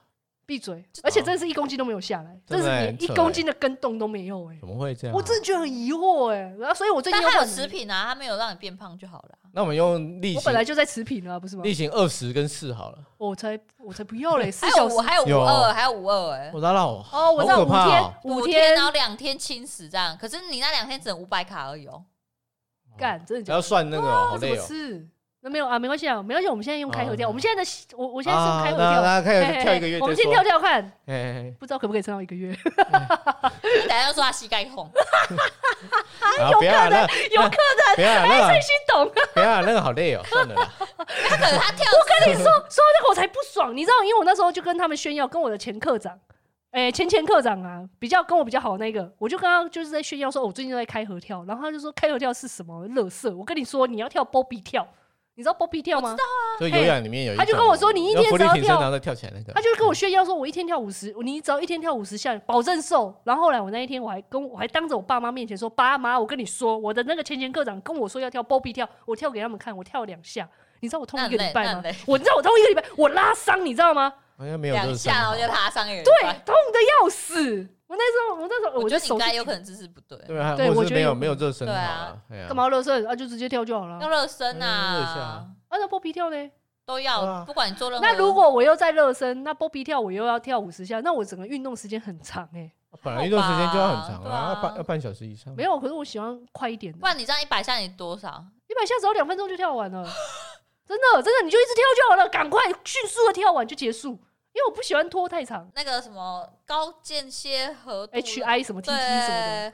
[SPEAKER 1] 闭嘴！而且真是一公斤都没有下来，
[SPEAKER 3] 真
[SPEAKER 1] 真
[SPEAKER 3] 的
[SPEAKER 1] 是
[SPEAKER 3] 很
[SPEAKER 1] 连一
[SPEAKER 3] 扯欸
[SPEAKER 1] 公斤的跟动都没有哎、
[SPEAKER 3] 怎么会这样？啊
[SPEAKER 1] 我真的觉得很疑惑哎、然后所以我最近
[SPEAKER 2] 但
[SPEAKER 1] 又
[SPEAKER 2] 它有
[SPEAKER 1] 换了
[SPEAKER 2] 食，品啊，它没有让你变胖就好了啊。
[SPEAKER 3] 那我们用例
[SPEAKER 1] 我本来
[SPEAKER 3] 行
[SPEAKER 1] 就在持平了、啊，不是吗？
[SPEAKER 3] 例行二十跟四好了。
[SPEAKER 1] 我才我才不要嘞，四
[SPEAKER 2] 还有
[SPEAKER 1] 小时
[SPEAKER 2] 五，还有
[SPEAKER 3] 有
[SPEAKER 2] 五二，还有五二哎，
[SPEAKER 3] 我拉拉我，
[SPEAKER 1] 哦，我知道五
[SPEAKER 3] 好可怕
[SPEAKER 1] 天
[SPEAKER 3] 哦
[SPEAKER 1] 五
[SPEAKER 2] 天，
[SPEAKER 1] 天
[SPEAKER 2] 然后两天清死这样。可是你那两天只能五百卡而已哦。
[SPEAKER 1] 干，真的
[SPEAKER 3] 还
[SPEAKER 1] 假
[SPEAKER 3] 要
[SPEAKER 1] 的？
[SPEAKER 3] 算那个哦，好
[SPEAKER 1] 怎
[SPEAKER 3] 累
[SPEAKER 1] 么
[SPEAKER 3] 哦。
[SPEAKER 1] 吃？那没有啊，没关系啊，没关系。我们现在用开合跳，
[SPEAKER 3] 啊
[SPEAKER 1] 我们现在的我我现在是用
[SPEAKER 3] 啊，
[SPEAKER 1] 开合
[SPEAKER 3] 那
[SPEAKER 1] 跳，
[SPEAKER 3] 那看
[SPEAKER 1] 嘿嘿嘿
[SPEAKER 3] 跳一个月再说。
[SPEAKER 1] 我们先跳跳看，
[SPEAKER 3] 嘿嘿
[SPEAKER 1] 不知道可不可以撑到一个月？
[SPEAKER 2] 你等一下就说他膝盖痛，
[SPEAKER 3] 嘿啊，不要啊那
[SPEAKER 1] 有哎可
[SPEAKER 3] 那不要啊那个
[SPEAKER 1] 心懂。
[SPEAKER 3] 不要啊那个好累哦，算
[SPEAKER 1] *laughs*
[SPEAKER 3] 了啦。
[SPEAKER 2] 他可能他跳
[SPEAKER 1] 跟你说说到这个我才不爽，你知道，因为我那时候就跟他们炫耀，跟我的前科长，哎、前前科长啊，比较跟我比较好那个，我就跟他就是在炫耀说，哦我最近都在开合跳，然后他就说开合跳是什么乐色？我跟你说，你要跳 Bobby 跳，你知道 Bobby 跳吗？
[SPEAKER 3] 就有氧里面有一种，
[SPEAKER 1] 他就跟我说你一天
[SPEAKER 3] 用浮
[SPEAKER 1] 只
[SPEAKER 3] 力
[SPEAKER 1] 要
[SPEAKER 3] 挺身，
[SPEAKER 1] 跳
[SPEAKER 3] 然后再跳起来那个
[SPEAKER 1] 他。就跟我炫耀说，我一天跳五十，你只要一天跳五十下，保证瘦。然后后来我那一天，我还跟我还当着我爸妈面前说，爸妈，我跟你说，我的那个前前科长跟我说要跳 Bobby 跳，我跳给他们看，我跳了两下，你知道我痛一个礼拜
[SPEAKER 2] 那很
[SPEAKER 1] 吗
[SPEAKER 2] 累那很累？
[SPEAKER 1] 我知道我痛一个礼拜，我拉伤，你知道吗？
[SPEAKER 3] 好像没有
[SPEAKER 2] 两
[SPEAKER 3] 热身
[SPEAKER 2] 下，然
[SPEAKER 3] 好
[SPEAKER 2] 后就拉伤人。
[SPEAKER 1] 对，痛的要死。我那时候，我那时候，
[SPEAKER 2] 我
[SPEAKER 1] 我就
[SPEAKER 2] 觉得你
[SPEAKER 1] 手
[SPEAKER 2] 应该有
[SPEAKER 1] 干
[SPEAKER 2] 可能姿势不对，
[SPEAKER 3] 对啊，
[SPEAKER 1] 对
[SPEAKER 3] 或
[SPEAKER 1] 我
[SPEAKER 3] 者
[SPEAKER 1] 觉得
[SPEAKER 3] 是没有
[SPEAKER 1] 有
[SPEAKER 3] 没有热身好
[SPEAKER 2] 对
[SPEAKER 3] 啊
[SPEAKER 2] 啊，
[SPEAKER 3] 哎呀
[SPEAKER 1] 嘛要热身啊？就直接跳就好了
[SPEAKER 2] 要
[SPEAKER 1] 啊。
[SPEAKER 2] 热身
[SPEAKER 3] 嗯热一下
[SPEAKER 2] 啊，
[SPEAKER 1] 按照 Bobby 跳呢？
[SPEAKER 2] 都
[SPEAKER 3] 对
[SPEAKER 2] 要，
[SPEAKER 3] 啊
[SPEAKER 2] 不管你做任何。
[SPEAKER 1] 那如果我又在热身，那 Bobby 跳我又要跳五十下，那我整个运动时间很长哎。
[SPEAKER 3] 本来运动时间就要很长
[SPEAKER 2] 对啊
[SPEAKER 3] 啊，要半要半小时以
[SPEAKER 2] 嗯
[SPEAKER 3] 上。
[SPEAKER 1] 没有，可是我喜欢快一点的
[SPEAKER 2] 不。然你这样一百下你多少？
[SPEAKER 1] 一百下只要两分钟就跳完了，真的真的，你就一直跳就好了，赶快迅速的跳完就结束，因为我不喜欢拖太长。
[SPEAKER 2] 那个什么高间歇和
[SPEAKER 1] H I 什么 T T
[SPEAKER 2] 对，
[SPEAKER 1] 什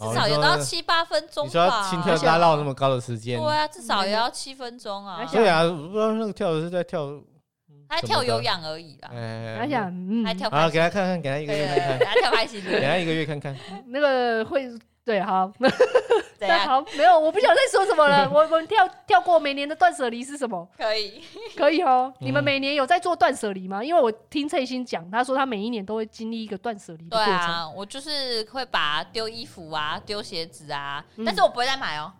[SPEAKER 1] 么的，
[SPEAKER 3] 哦
[SPEAKER 2] 至少也都要七八分钟
[SPEAKER 3] 你说要
[SPEAKER 2] 吧。
[SPEAKER 3] 心跳拉到那么高的时间
[SPEAKER 2] 对，啊，至少也要七分钟啊
[SPEAKER 1] 嗯而。且
[SPEAKER 3] 对啊，我不知道那个跳的是在跳，
[SPEAKER 2] 他在跳有氧啊而已啦，
[SPEAKER 3] 哎
[SPEAKER 1] 还想嗯，
[SPEAKER 2] 还跳
[SPEAKER 3] 啊，
[SPEAKER 2] 开
[SPEAKER 3] 给
[SPEAKER 2] 心，
[SPEAKER 3] 他看看，给他一个
[SPEAKER 2] 对
[SPEAKER 3] 月
[SPEAKER 2] 对
[SPEAKER 3] 看看
[SPEAKER 2] 对，，他跳开心
[SPEAKER 3] 给
[SPEAKER 2] 的，
[SPEAKER 3] 他一个月看看。
[SPEAKER 1] 那个会对好，
[SPEAKER 2] 怎
[SPEAKER 1] 那
[SPEAKER 2] 样？
[SPEAKER 1] 好没有，我不想再说什么了。我我们跳跳过每年的断舍离是什么？
[SPEAKER 2] 可
[SPEAKER 1] *laughs*
[SPEAKER 2] 以，
[SPEAKER 1] 可以哦，
[SPEAKER 3] 嗯
[SPEAKER 1] 你们每年有在做断舍离吗？因为我听翠欣讲，她说她每一年都会经历一个断舍离的过
[SPEAKER 2] 对
[SPEAKER 1] 程。
[SPEAKER 2] 啊，我就是会把丢衣服啊、丢鞋子啊，
[SPEAKER 1] 嗯
[SPEAKER 2] 但是我不会再买哦，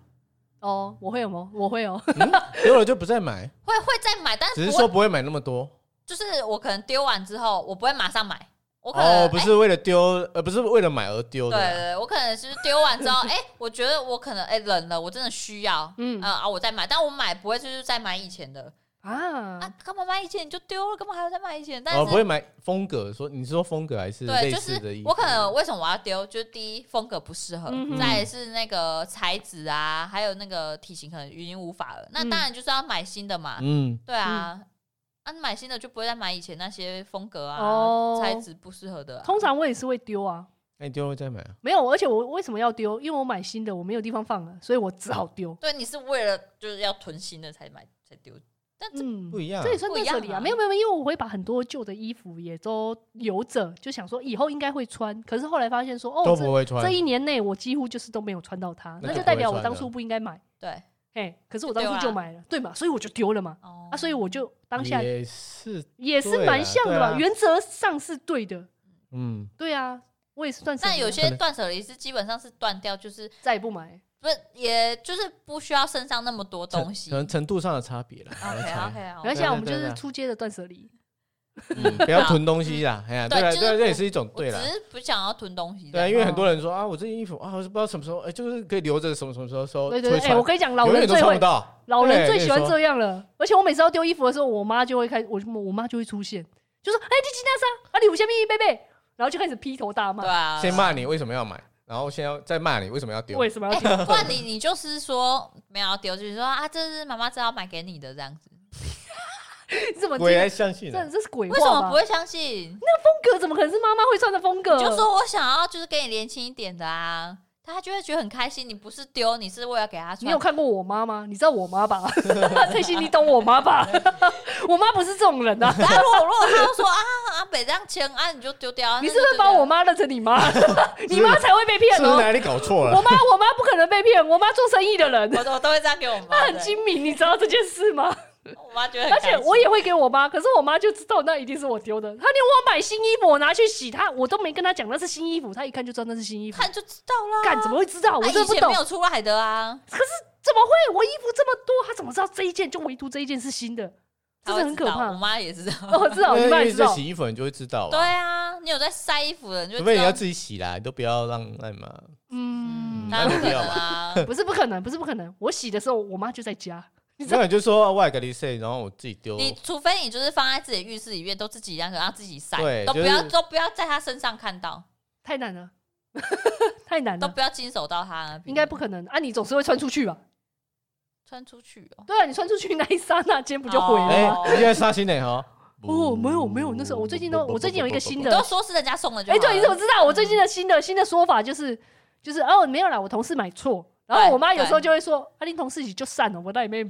[SPEAKER 1] 哦，我会有吗？我会哦，
[SPEAKER 3] 嗯丢了就不再买，
[SPEAKER 2] 会会再买，但
[SPEAKER 3] 只
[SPEAKER 2] 是
[SPEAKER 3] 是
[SPEAKER 2] 不
[SPEAKER 3] 说
[SPEAKER 2] 会，
[SPEAKER 3] 不会买那么多。
[SPEAKER 2] 就是我可能丢完之后，我不会马上买，我可能
[SPEAKER 3] 哦，不是为了丢，呃，不是为了买而丢
[SPEAKER 2] 对
[SPEAKER 3] 的
[SPEAKER 2] 对，
[SPEAKER 3] 啊。
[SPEAKER 2] 对我可能是丢完之后，哎、我觉得我可能哎、冷了，我真的需要，
[SPEAKER 1] 嗯
[SPEAKER 2] 嗯啊，我再买，但我买不会就是再买以前的啊
[SPEAKER 1] 啊，，
[SPEAKER 2] 干嘛买以前你就丢了，干嘛还要再买以前？但是、
[SPEAKER 3] 哦，不会买风格，说你是说风格还是
[SPEAKER 2] 对，
[SPEAKER 3] 类
[SPEAKER 2] 就
[SPEAKER 3] 似
[SPEAKER 2] 是
[SPEAKER 3] 的意思？
[SPEAKER 2] 我可能为什么我要丢，就是第一风格不适合，
[SPEAKER 1] 嗯哼
[SPEAKER 2] 再来是那个材质啊，还有那个体型可能已经无法了，那
[SPEAKER 1] 嗯
[SPEAKER 2] 当然就是要买新的嘛，
[SPEAKER 3] 嗯，
[SPEAKER 2] 对啊。啊，买新的就不会再买以前那些风格啊、
[SPEAKER 1] 哦
[SPEAKER 2] 材质不适合的、啊。
[SPEAKER 1] 通常我也是会丢啊。
[SPEAKER 3] 那你丢了再买啊？
[SPEAKER 1] 没有，而且我为什么要丢？因为我买新的，我没有地方放了，所以我只好丢。
[SPEAKER 2] 对，你是为了就是要囤新的才买才丢，但 *laughs* 这
[SPEAKER 1] 嗯
[SPEAKER 3] 不，一样啊
[SPEAKER 1] 这，也算断舍
[SPEAKER 2] 不
[SPEAKER 1] 离
[SPEAKER 2] 一样
[SPEAKER 1] 啊！
[SPEAKER 2] 啊
[SPEAKER 1] 没有没有，因为我会把很多旧的衣服也都留着，就想说以后应该会穿。可是后来发现说，
[SPEAKER 3] 都
[SPEAKER 1] 哦，
[SPEAKER 3] 不会穿
[SPEAKER 1] 这这。一年内我几乎就是都没有穿到它，那
[SPEAKER 3] 那就
[SPEAKER 1] 就
[SPEAKER 3] 不
[SPEAKER 1] 代
[SPEAKER 3] 会
[SPEAKER 1] 表我
[SPEAKER 3] 穿
[SPEAKER 1] 当
[SPEAKER 3] 了
[SPEAKER 1] 初不应该买。
[SPEAKER 2] 对
[SPEAKER 1] 嘿，可是我当初
[SPEAKER 2] 就
[SPEAKER 1] 就
[SPEAKER 2] 丢啊
[SPEAKER 1] 买了，对嘛？所以我就丢了嘛。
[SPEAKER 2] 哦
[SPEAKER 1] 啊，所以我就当下
[SPEAKER 3] 也是，
[SPEAKER 1] 也是
[SPEAKER 3] 对
[SPEAKER 1] 蛮
[SPEAKER 3] 啦
[SPEAKER 1] 像的
[SPEAKER 3] 对
[SPEAKER 1] 吧，
[SPEAKER 3] 啊
[SPEAKER 1] 原则上是对的。
[SPEAKER 3] 嗯，
[SPEAKER 1] 对啊，我也是断舍离啊。
[SPEAKER 2] 但有
[SPEAKER 3] 可
[SPEAKER 2] 些
[SPEAKER 3] 能
[SPEAKER 2] 断舍离是基本上是断掉，就是
[SPEAKER 1] 再也不买，
[SPEAKER 2] 不是，也就是不需要身上那么多
[SPEAKER 3] 程
[SPEAKER 2] 东西。
[SPEAKER 3] 可能程度上的差别了。我
[SPEAKER 2] OK
[SPEAKER 3] 在猜
[SPEAKER 2] OK
[SPEAKER 1] 而
[SPEAKER 2] 好，
[SPEAKER 1] 且
[SPEAKER 3] 哦对
[SPEAKER 1] 啊我们
[SPEAKER 3] 对
[SPEAKER 1] 就
[SPEAKER 3] 对啊
[SPEAKER 1] 是
[SPEAKER 3] 对
[SPEAKER 1] 出街的断舍离。
[SPEAKER 3] 嗯，不要囤东
[SPEAKER 1] 嗯
[SPEAKER 3] 西啦，哎呀，
[SPEAKER 2] 对
[SPEAKER 3] 对啦，
[SPEAKER 2] 就是
[SPEAKER 3] 对啦，这也
[SPEAKER 2] 我
[SPEAKER 3] 是一种
[SPEAKER 2] 我
[SPEAKER 3] 对
[SPEAKER 2] 只
[SPEAKER 3] 啦，
[SPEAKER 2] 是不想要囤东西
[SPEAKER 3] 对啊，
[SPEAKER 2] 的。
[SPEAKER 3] 因为很多人说
[SPEAKER 1] 嗯
[SPEAKER 3] 啊，我这件衣服啊，我是不知道什么时候，哎，就是可以留着什么什么时候时候
[SPEAKER 1] 对
[SPEAKER 3] 会
[SPEAKER 1] 对对，哎、
[SPEAKER 3] 穿
[SPEAKER 1] 我，跟你讲，老
[SPEAKER 3] 永
[SPEAKER 1] 人
[SPEAKER 3] 远都
[SPEAKER 1] 最
[SPEAKER 3] 穿不
[SPEAKER 1] 会，
[SPEAKER 3] 到，
[SPEAKER 1] 老人
[SPEAKER 3] 对
[SPEAKER 1] 最
[SPEAKER 3] 跟你
[SPEAKER 1] 喜欢
[SPEAKER 3] 说
[SPEAKER 1] 这样了。而且我每次要丢衣服的时候，我妈就会开，我就我妈就会出现，就说：“哎、你今天啥？啊，你有下面一贝贝。”然后就开始劈头大骂
[SPEAKER 2] 对，啊，
[SPEAKER 3] 先骂你为什么要买，然后先要再骂你为什么要丢，
[SPEAKER 1] 为什么要丢？
[SPEAKER 2] 哎不然你你就是说没有要丢，就是说啊，这是妈妈只好买给你的这样子。
[SPEAKER 1] 你怎么
[SPEAKER 3] 鬼
[SPEAKER 1] 这
[SPEAKER 3] 还相信啊
[SPEAKER 1] 这这是鬼
[SPEAKER 2] 哎为什么
[SPEAKER 1] 话
[SPEAKER 2] 不
[SPEAKER 1] 吧？
[SPEAKER 2] 会相信？
[SPEAKER 1] 风格怎么可能是妈妈会穿的风格？
[SPEAKER 2] 你就说我想要就是给你年轻一点的啊，他就会觉得很开心。你不是丢，你是为了给他穿。
[SPEAKER 1] 你有看过我妈吗？你知道我妈吧？ *laughs* 翠心，你懂我妈吧？ *laughs* 我妈不是这种
[SPEAKER 2] *laughs*
[SPEAKER 1] 人啊！
[SPEAKER 2] *laughs* 然后如果如果他又说啊啊北这样签啊，你就丢掉啊。
[SPEAKER 1] 你
[SPEAKER 2] 那
[SPEAKER 1] 是
[SPEAKER 2] 就
[SPEAKER 1] 不是
[SPEAKER 2] 丢掉
[SPEAKER 1] 把我妈认成你
[SPEAKER 2] *laughs*
[SPEAKER 1] 妈？你妈才会被骗
[SPEAKER 3] 是不是
[SPEAKER 1] 哦！
[SPEAKER 3] 哪里搞错
[SPEAKER 1] 我
[SPEAKER 3] 了？
[SPEAKER 1] 妈我妈不可能被骗，我妈做生意的人，
[SPEAKER 2] *laughs* 我都我都会这样给我妈，
[SPEAKER 1] 她很精明，你知道这件事
[SPEAKER 2] *laughs*
[SPEAKER 1] 吗？
[SPEAKER 2] 对，我妈觉得很
[SPEAKER 1] 而
[SPEAKER 2] 开心。
[SPEAKER 1] 且我也会给我妈，可是我妈就知道那一定是我丢的。她连我买新衣服，我拿去洗，她我都没跟她讲那是新衣服，她一看就知道那是新衣服。
[SPEAKER 2] 看就知道啦。
[SPEAKER 1] 干怎么会知道？我
[SPEAKER 2] 那
[SPEAKER 1] 真的
[SPEAKER 2] 以
[SPEAKER 1] 不
[SPEAKER 2] 前
[SPEAKER 1] 懂
[SPEAKER 2] 没，有出来的啊，
[SPEAKER 1] 怎么会？我衣服这么多，她怎么知道这一件就唯独这一件是新的？真
[SPEAKER 2] 她会
[SPEAKER 1] 的很
[SPEAKER 2] 知
[SPEAKER 1] 可
[SPEAKER 2] 道
[SPEAKER 1] 怕
[SPEAKER 2] 我妈也知道。
[SPEAKER 1] *laughs* 哦，知道，
[SPEAKER 3] 啊因
[SPEAKER 1] 你爸
[SPEAKER 3] 为
[SPEAKER 1] 也
[SPEAKER 3] 你
[SPEAKER 1] 知
[SPEAKER 3] 在
[SPEAKER 1] 道
[SPEAKER 3] 洗，衣服，你就会知道
[SPEAKER 2] 对
[SPEAKER 3] 啊。
[SPEAKER 2] 啊，你有在晒衣服的，你就
[SPEAKER 3] 除
[SPEAKER 2] 会
[SPEAKER 3] 非
[SPEAKER 2] 知
[SPEAKER 3] 你要
[SPEAKER 2] 道
[SPEAKER 3] 自己洗啦，你都不要让那嘛。
[SPEAKER 1] 嗯，
[SPEAKER 2] 当然不
[SPEAKER 3] 那
[SPEAKER 2] 可
[SPEAKER 3] 不要
[SPEAKER 2] 能
[SPEAKER 3] *laughs*
[SPEAKER 2] 啊。
[SPEAKER 1] 不是不可能，不是不可能。我洗的时候，我妈就在家，你知道
[SPEAKER 3] 那你就说外给你塞，然后我自己丢。
[SPEAKER 2] 你除非你就是放在自己的浴室里面，都自己那个，然后自己晒，
[SPEAKER 3] 对
[SPEAKER 2] 都不
[SPEAKER 3] 就是
[SPEAKER 2] 要都不要在他身上看到，
[SPEAKER 1] 太难了，太难
[SPEAKER 3] 嗯
[SPEAKER 2] 都
[SPEAKER 1] 了，
[SPEAKER 2] 不要经手到他那边，
[SPEAKER 1] 应该不可能啊！你总是会穿出去吧？
[SPEAKER 2] 嗯穿出去哦。
[SPEAKER 1] 对啊，你穿出去那一刹那间不就毁了
[SPEAKER 3] 哎
[SPEAKER 1] 吗？，
[SPEAKER 3] 你现在刷新哪哈？
[SPEAKER 1] 哦，没有没有，那时候我最近都我最近有一个新
[SPEAKER 2] 你
[SPEAKER 1] 的，
[SPEAKER 2] 都说是人家送的就
[SPEAKER 1] 哎、
[SPEAKER 2] 好了，
[SPEAKER 1] 对，你怎么知道？我最近的新的新的说法就是就是哦，没有啦，我同事买错。然后
[SPEAKER 2] 对
[SPEAKER 1] 我妈有时候
[SPEAKER 2] 对
[SPEAKER 1] 就会说：“阿玲、同事你就散了，我那也没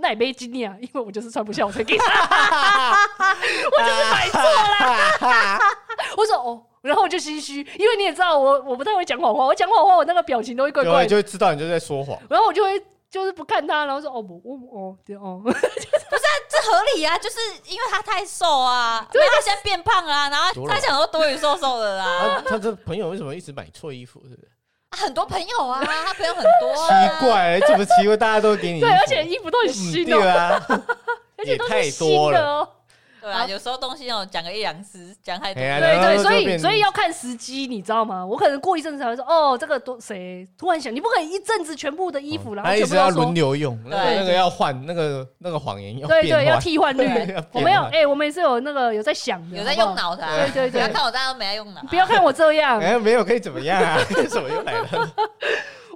[SPEAKER 1] 那也没经验啊，因为我就是穿不下，我才给她。
[SPEAKER 2] *laughs*
[SPEAKER 1] *laughs* 我说：“哦。”然后我就心虚，因为你也知道我我不太会讲谎话，我讲谎话我那个表情都会怪
[SPEAKER 3] 对啊，
[SPEAKER 1] 怪
[SPEAKER 3] 你
[SPEAKER 1] 的，
[SPEAKER 3] 就会知道你就在说谎。
[SPEAKER 1] 然后我就会就是不看她，然后说：“哦不，我哦对哦，
[SPEAKER 3] 嗯
[SPEAKER 2] 这合理啊？就是因为他太瘦啊，因
[SPEAKER 1] 对
[SPEAKER 2] 为他现在变胖啦、然后
[SPEAKER 3] 多
[SPEAKER 2] 他
[SPEAKER 3] 了
[SPEAKER 2] 他想说多余瘦瘦的啦、
[SPEAKER 3] 他他这朋友为什么一直买错衣服？是不是？
[SPEAKER 2] 啊很多朋友 *laughs* 啊，他朋友很多、啊，
[SPEAKER 3] 奇，怪，怎么奇怪？大家都给你衣服
[SPEAKER 1] 对，而且衣服都很
[SPEAKER 3] 嗯
[SPEAKER 1] 新
[SPEAKER 3] 对
[SPEAKER 1] 哦，
[SPEAKER 3] 啊，
[SPEAKER 1] 而且
[SPEAKER 3] 也
[SPEAKER 1] 都
[SPEAKER 3] 太
[SPEAKER 1] 是
[SPEAKER 3] 多
[SPEAKER 1] 新的
[SPEAKER 3] 了
[SPEAKER 1] 哦。
[SPEAKER 2] 对啊，有时候东西哦讲个一两次，讲太多
[SPEAKER 3] 哎，呀
[SPEAKER 1] 对
[SPEAKER 3] 然后
[SPEAKER 1] 对，
[SPEAKER 3] 就
[SPEAKER 1] 所以
[SPEAKER 3] 变
[SPEAKER 1] 所以要看时机，你知道吗？我可能过一阵子才会说，哦，这个多谁突然想，你不可以一阵子全部的衣服，然后
[SPEAKER 3] 哦他一
[SPEAKER 1] 全
[SPEAKER 3] 直
[SPEAKER 1] 部
[SPEAKER 3] 要
[SPEAKER 1] 都
[SPEAKER 3] 轮
[SPEAKER 1] 说，
[SPEAKER 3] 流用，那
[SPEAKER 2] 对
[SPEAKER 3] 个那个要换，那个那个谎言要
[SPEAKER 1] 对
[SPEAKER 3] 变
[SPEAKER 1] 对，
[SPEAKER 3] 换
[SPEAKER 1] 要。替
[SPEAKER 3] *laughs*
[SPEAKER 1] 换率
[SPEAKER 2] 对要变。
[SPEAKER 1] 我们有
[SPEAKER 3] 换
[SPEAKER 1] 哎，我们也是有那个有在想的，
[SPEAKER 2] 有在
[SPEAKER 1] 好不好
[SPEAKER 2] 用。脑的、啊，
[SPEAKER 1] 对对对
[SPEAKER 2] 不要看我大家都没在用脑、啊，
[SPEAKER 1] 不要看我这样，
[SPEAKER 3] 哎，没有可以怎么样啊？ *laughs* 怎么又来
[SPEAKER 1] *laughs*
[SPEAKER 3] 了？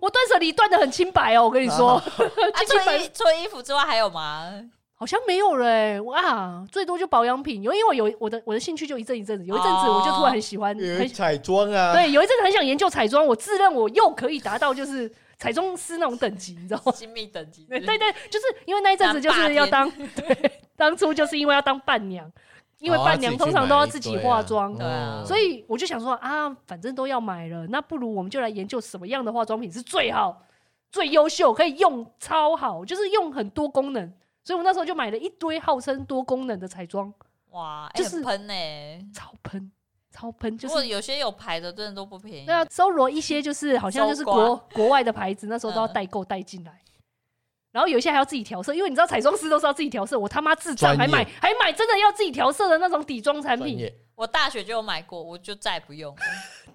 [SPEAKER 1] 我断舍离断的很清白哦，我跟你说，
[SPEAKER 2] 啊，
[SPEAKER 1] 清
[SPEAKER 2] 除
[SPEAKER 1] 清
[SPEAKER 2] 了
[SPEAKER 1] 白
[SPEAKER 2] 衣除了衣服之外还有吗？
[SPEAKER 1] 好像没有了哎，哇，最多就保养品，因为我有我的我的兴趣就一阵一阵子，有一阵子我就突然很喜欢，很
[SPEAKER 3] 彩妆啊，
[SPEAKER 1] 对，有一阵子很想研究彩妆，我自认我又可以达到就是彩妆师那种等级，你知道吗？
[SPEAKER 2] 精密等级，
[SPEAKER 1] *laughs* 对对对，就是因为那一阵子就是要当， *laughs* 对，当初就是因为要当伴娘，因为
[SPEAKER 3] 哦
[SPEAKER 1] 伴娘通常都要自己化妆，
[SPEAKER 2] 对啊
[SPEAKER 1] 所以我就想说啊，反正都要买了，那不如我们就来研究什么样的化妆品是最好、最优秀，可以用超好，就是用很多功能。所以我那时候就买了一堆号称多功能的彩妆，
[SPEAKER 2] 哇，
[SPEAKER 1] 就
[SPEAKER 2] 就是是喷呢、欸
[SPEAKER 1] 超喷、超喷，就
[SPEAKER 2] 如果
[SPEAKER 1] 是
[SPEAKER 2] 有些有牌的，真的都不便宜。
[SPEAKER 1] 对啊，搜罗一些就是好像就是国
[SPEAKER 2] 搜嗯
[SPEAKER 1] 国外的牌子，那时候都要代购带进来。然后有一些还要自己调色，因为你知道彩妆师都是要自己调色，我他妈智障
[SPEAKER 3] 专业
[SPEAKER 1] 还买还买真的要自己调色的那种底妆产
[SPEAKER 3] 专
[SPEAKER 1] 品，
[SPEAKER 3] 业
[SPEAKER 2] 我大学就有买过，我就再也不用了。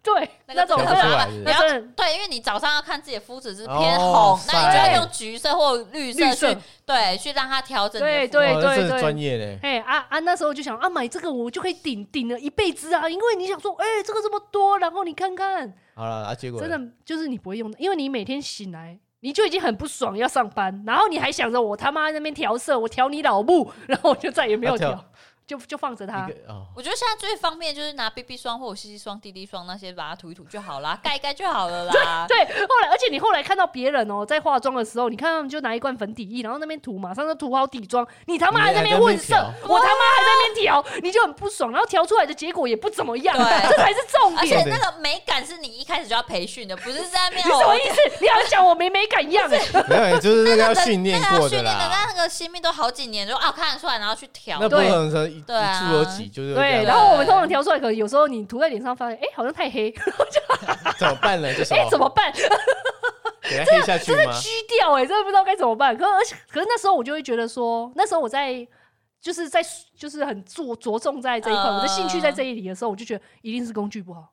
[SPEAKER 1] 对，
[SPEAKER 2] 那
[SPEAKER 1] *laughs*
[SPEAKER 2] 个
[SPEAKER 1] 那种
[SPEAKER 2] 真
[SPEAKER 3] 调
[SPEAKER 2] 的
[SPEAKER 3] 不
[SPEAKER 1] 对
[SPEAKER 3] 出
[SPEAKER 1] 啊
[SPEAKER 3] 来是不
[SPEAKER 1] 那
[SPEAKER 3] 是
[SPEAKER 2] 对啊
[SPEAKER 1] 真的
[SPEAKER 2] 对，因为你早上要看自己的肤质是偏红，
[SPEAKER 3] 哦
[SPEAKER 2] 那你就
[SPEAKER 1] 晒
[SPEAKER 2] 要用橘色或绿色
[SPEAKER 1] 绿
[SPEAKER 2] 去
[SPEAKER 1] 色，
[SPEAKER 2] 对去让它调整你
[SPEAKER 1] 对
[SPEAKER 2] 的
[SPEAKER 1] 对
[SPEAKER 3] 哦
[SPEAKER 2] 肤
[SPEAKER 3] 哇那真的专业嘞。
[SPEAKER 1] 哎啊啊！那时候就想啊，买这个我就可以顶顶了一辈子啊，因为你想说，哎、这个这么多，然后你看看，
[SPEAKER 3] 好了，啊，结果
[SPEAKER 1] 真
[SPEAKER 3] 呢
[SPEAKER 1] 的就是你不会用的，因为你每天醒来你就已经很不爽要上班，然后你还想着我他妈在那边调色，我调你老木，然后我就再也没有
[SPEAKER 3] 啊调
[SPEAKER 1] 调，就就放着它
[SPEAKER 3] 一。个
[SPEAKER 1] *laughs*
[SPEAKER 3] 哦，
[SPEAKER 2] 我觉得现在最方便就是拿 BB 霜或者 CC 霜、DD 霜那些把它涂一涂就好啦，盖一盖就好了啦。
[SPEAKER 1] 对，后来而且你后来看到别人哦，在化妆的时候，你看他们就拿一罐粉底液，然后那边涂，马上就涂好底妆，你他妈还在那边
[SPEAKER 3] 你还在那
[SPEAKER 1] 混
[SPEAKER 3] 边
[SPEAKER 1] 色，我他妈还在那边调，你就很不爽，然后调出来的结果也不怎么样，
[SPEAKER 2] 对
[SPEAKER 1] 这才是重
[SPEAKER 2] 而且
[SPEAKER 1] 点。
[SPEAKER 2] 那个美感是你一开始就要培训的，不是在那边
[SPEAKER 1] *laughs* 你
[SPEAKER 2] 哦
[SPEAKER 1] 什么意思？你好像讲我没美感一样、哎
[SPEAKER 3] 没有，就是那个要
[SPEAKER 2] 那个
[SPEAKER 3] 训练
[SPEAKER 2] 那个
[SPEAKER 3] 过
[SPEAKER 2] 训
[SPEAKER 3] 的
[SPEAKER 2] 练
[SPEAKER 1] 啊
[SPEAKER 2] 的
[SPEAKER 3] 啦。
[SPEAKER 2] 那个新密都好几年，就啊看得出来，然后去调。
[SPEAKER 3] 那不
[SPEAKER 1] 对
[SPEAKER 3] 可能一一触
[SPEAKER 2] 对啊
[SPEAKER 3] 而起，就是这样
[SPEAKER 1] 对，
[SPEAKER 3] 子
[SPEAKER 1] 然后我们通常调出来，可能有时候你涂在脸上，发现哎、好像太
[SPEAKER 3] *laughs*
[SPEAKER 1] 黑，
[SPEAKER 3] 怎么办呢？就是
[SPEAKER 1] 哎、怎么办？
[SPEAKER 3] 啊给他黑下去吗？
[SPEAKER 1] 虚掉哎、真的不知道该怎么办。可而且，可是那时候我就会觉得说，那时候我在就是在就是很着着重在这一块，
[SPEAKER 2] 嗯
[SPEAKER 1] 我的兴趣在这一里的时候，我就觉得一定是工具不好，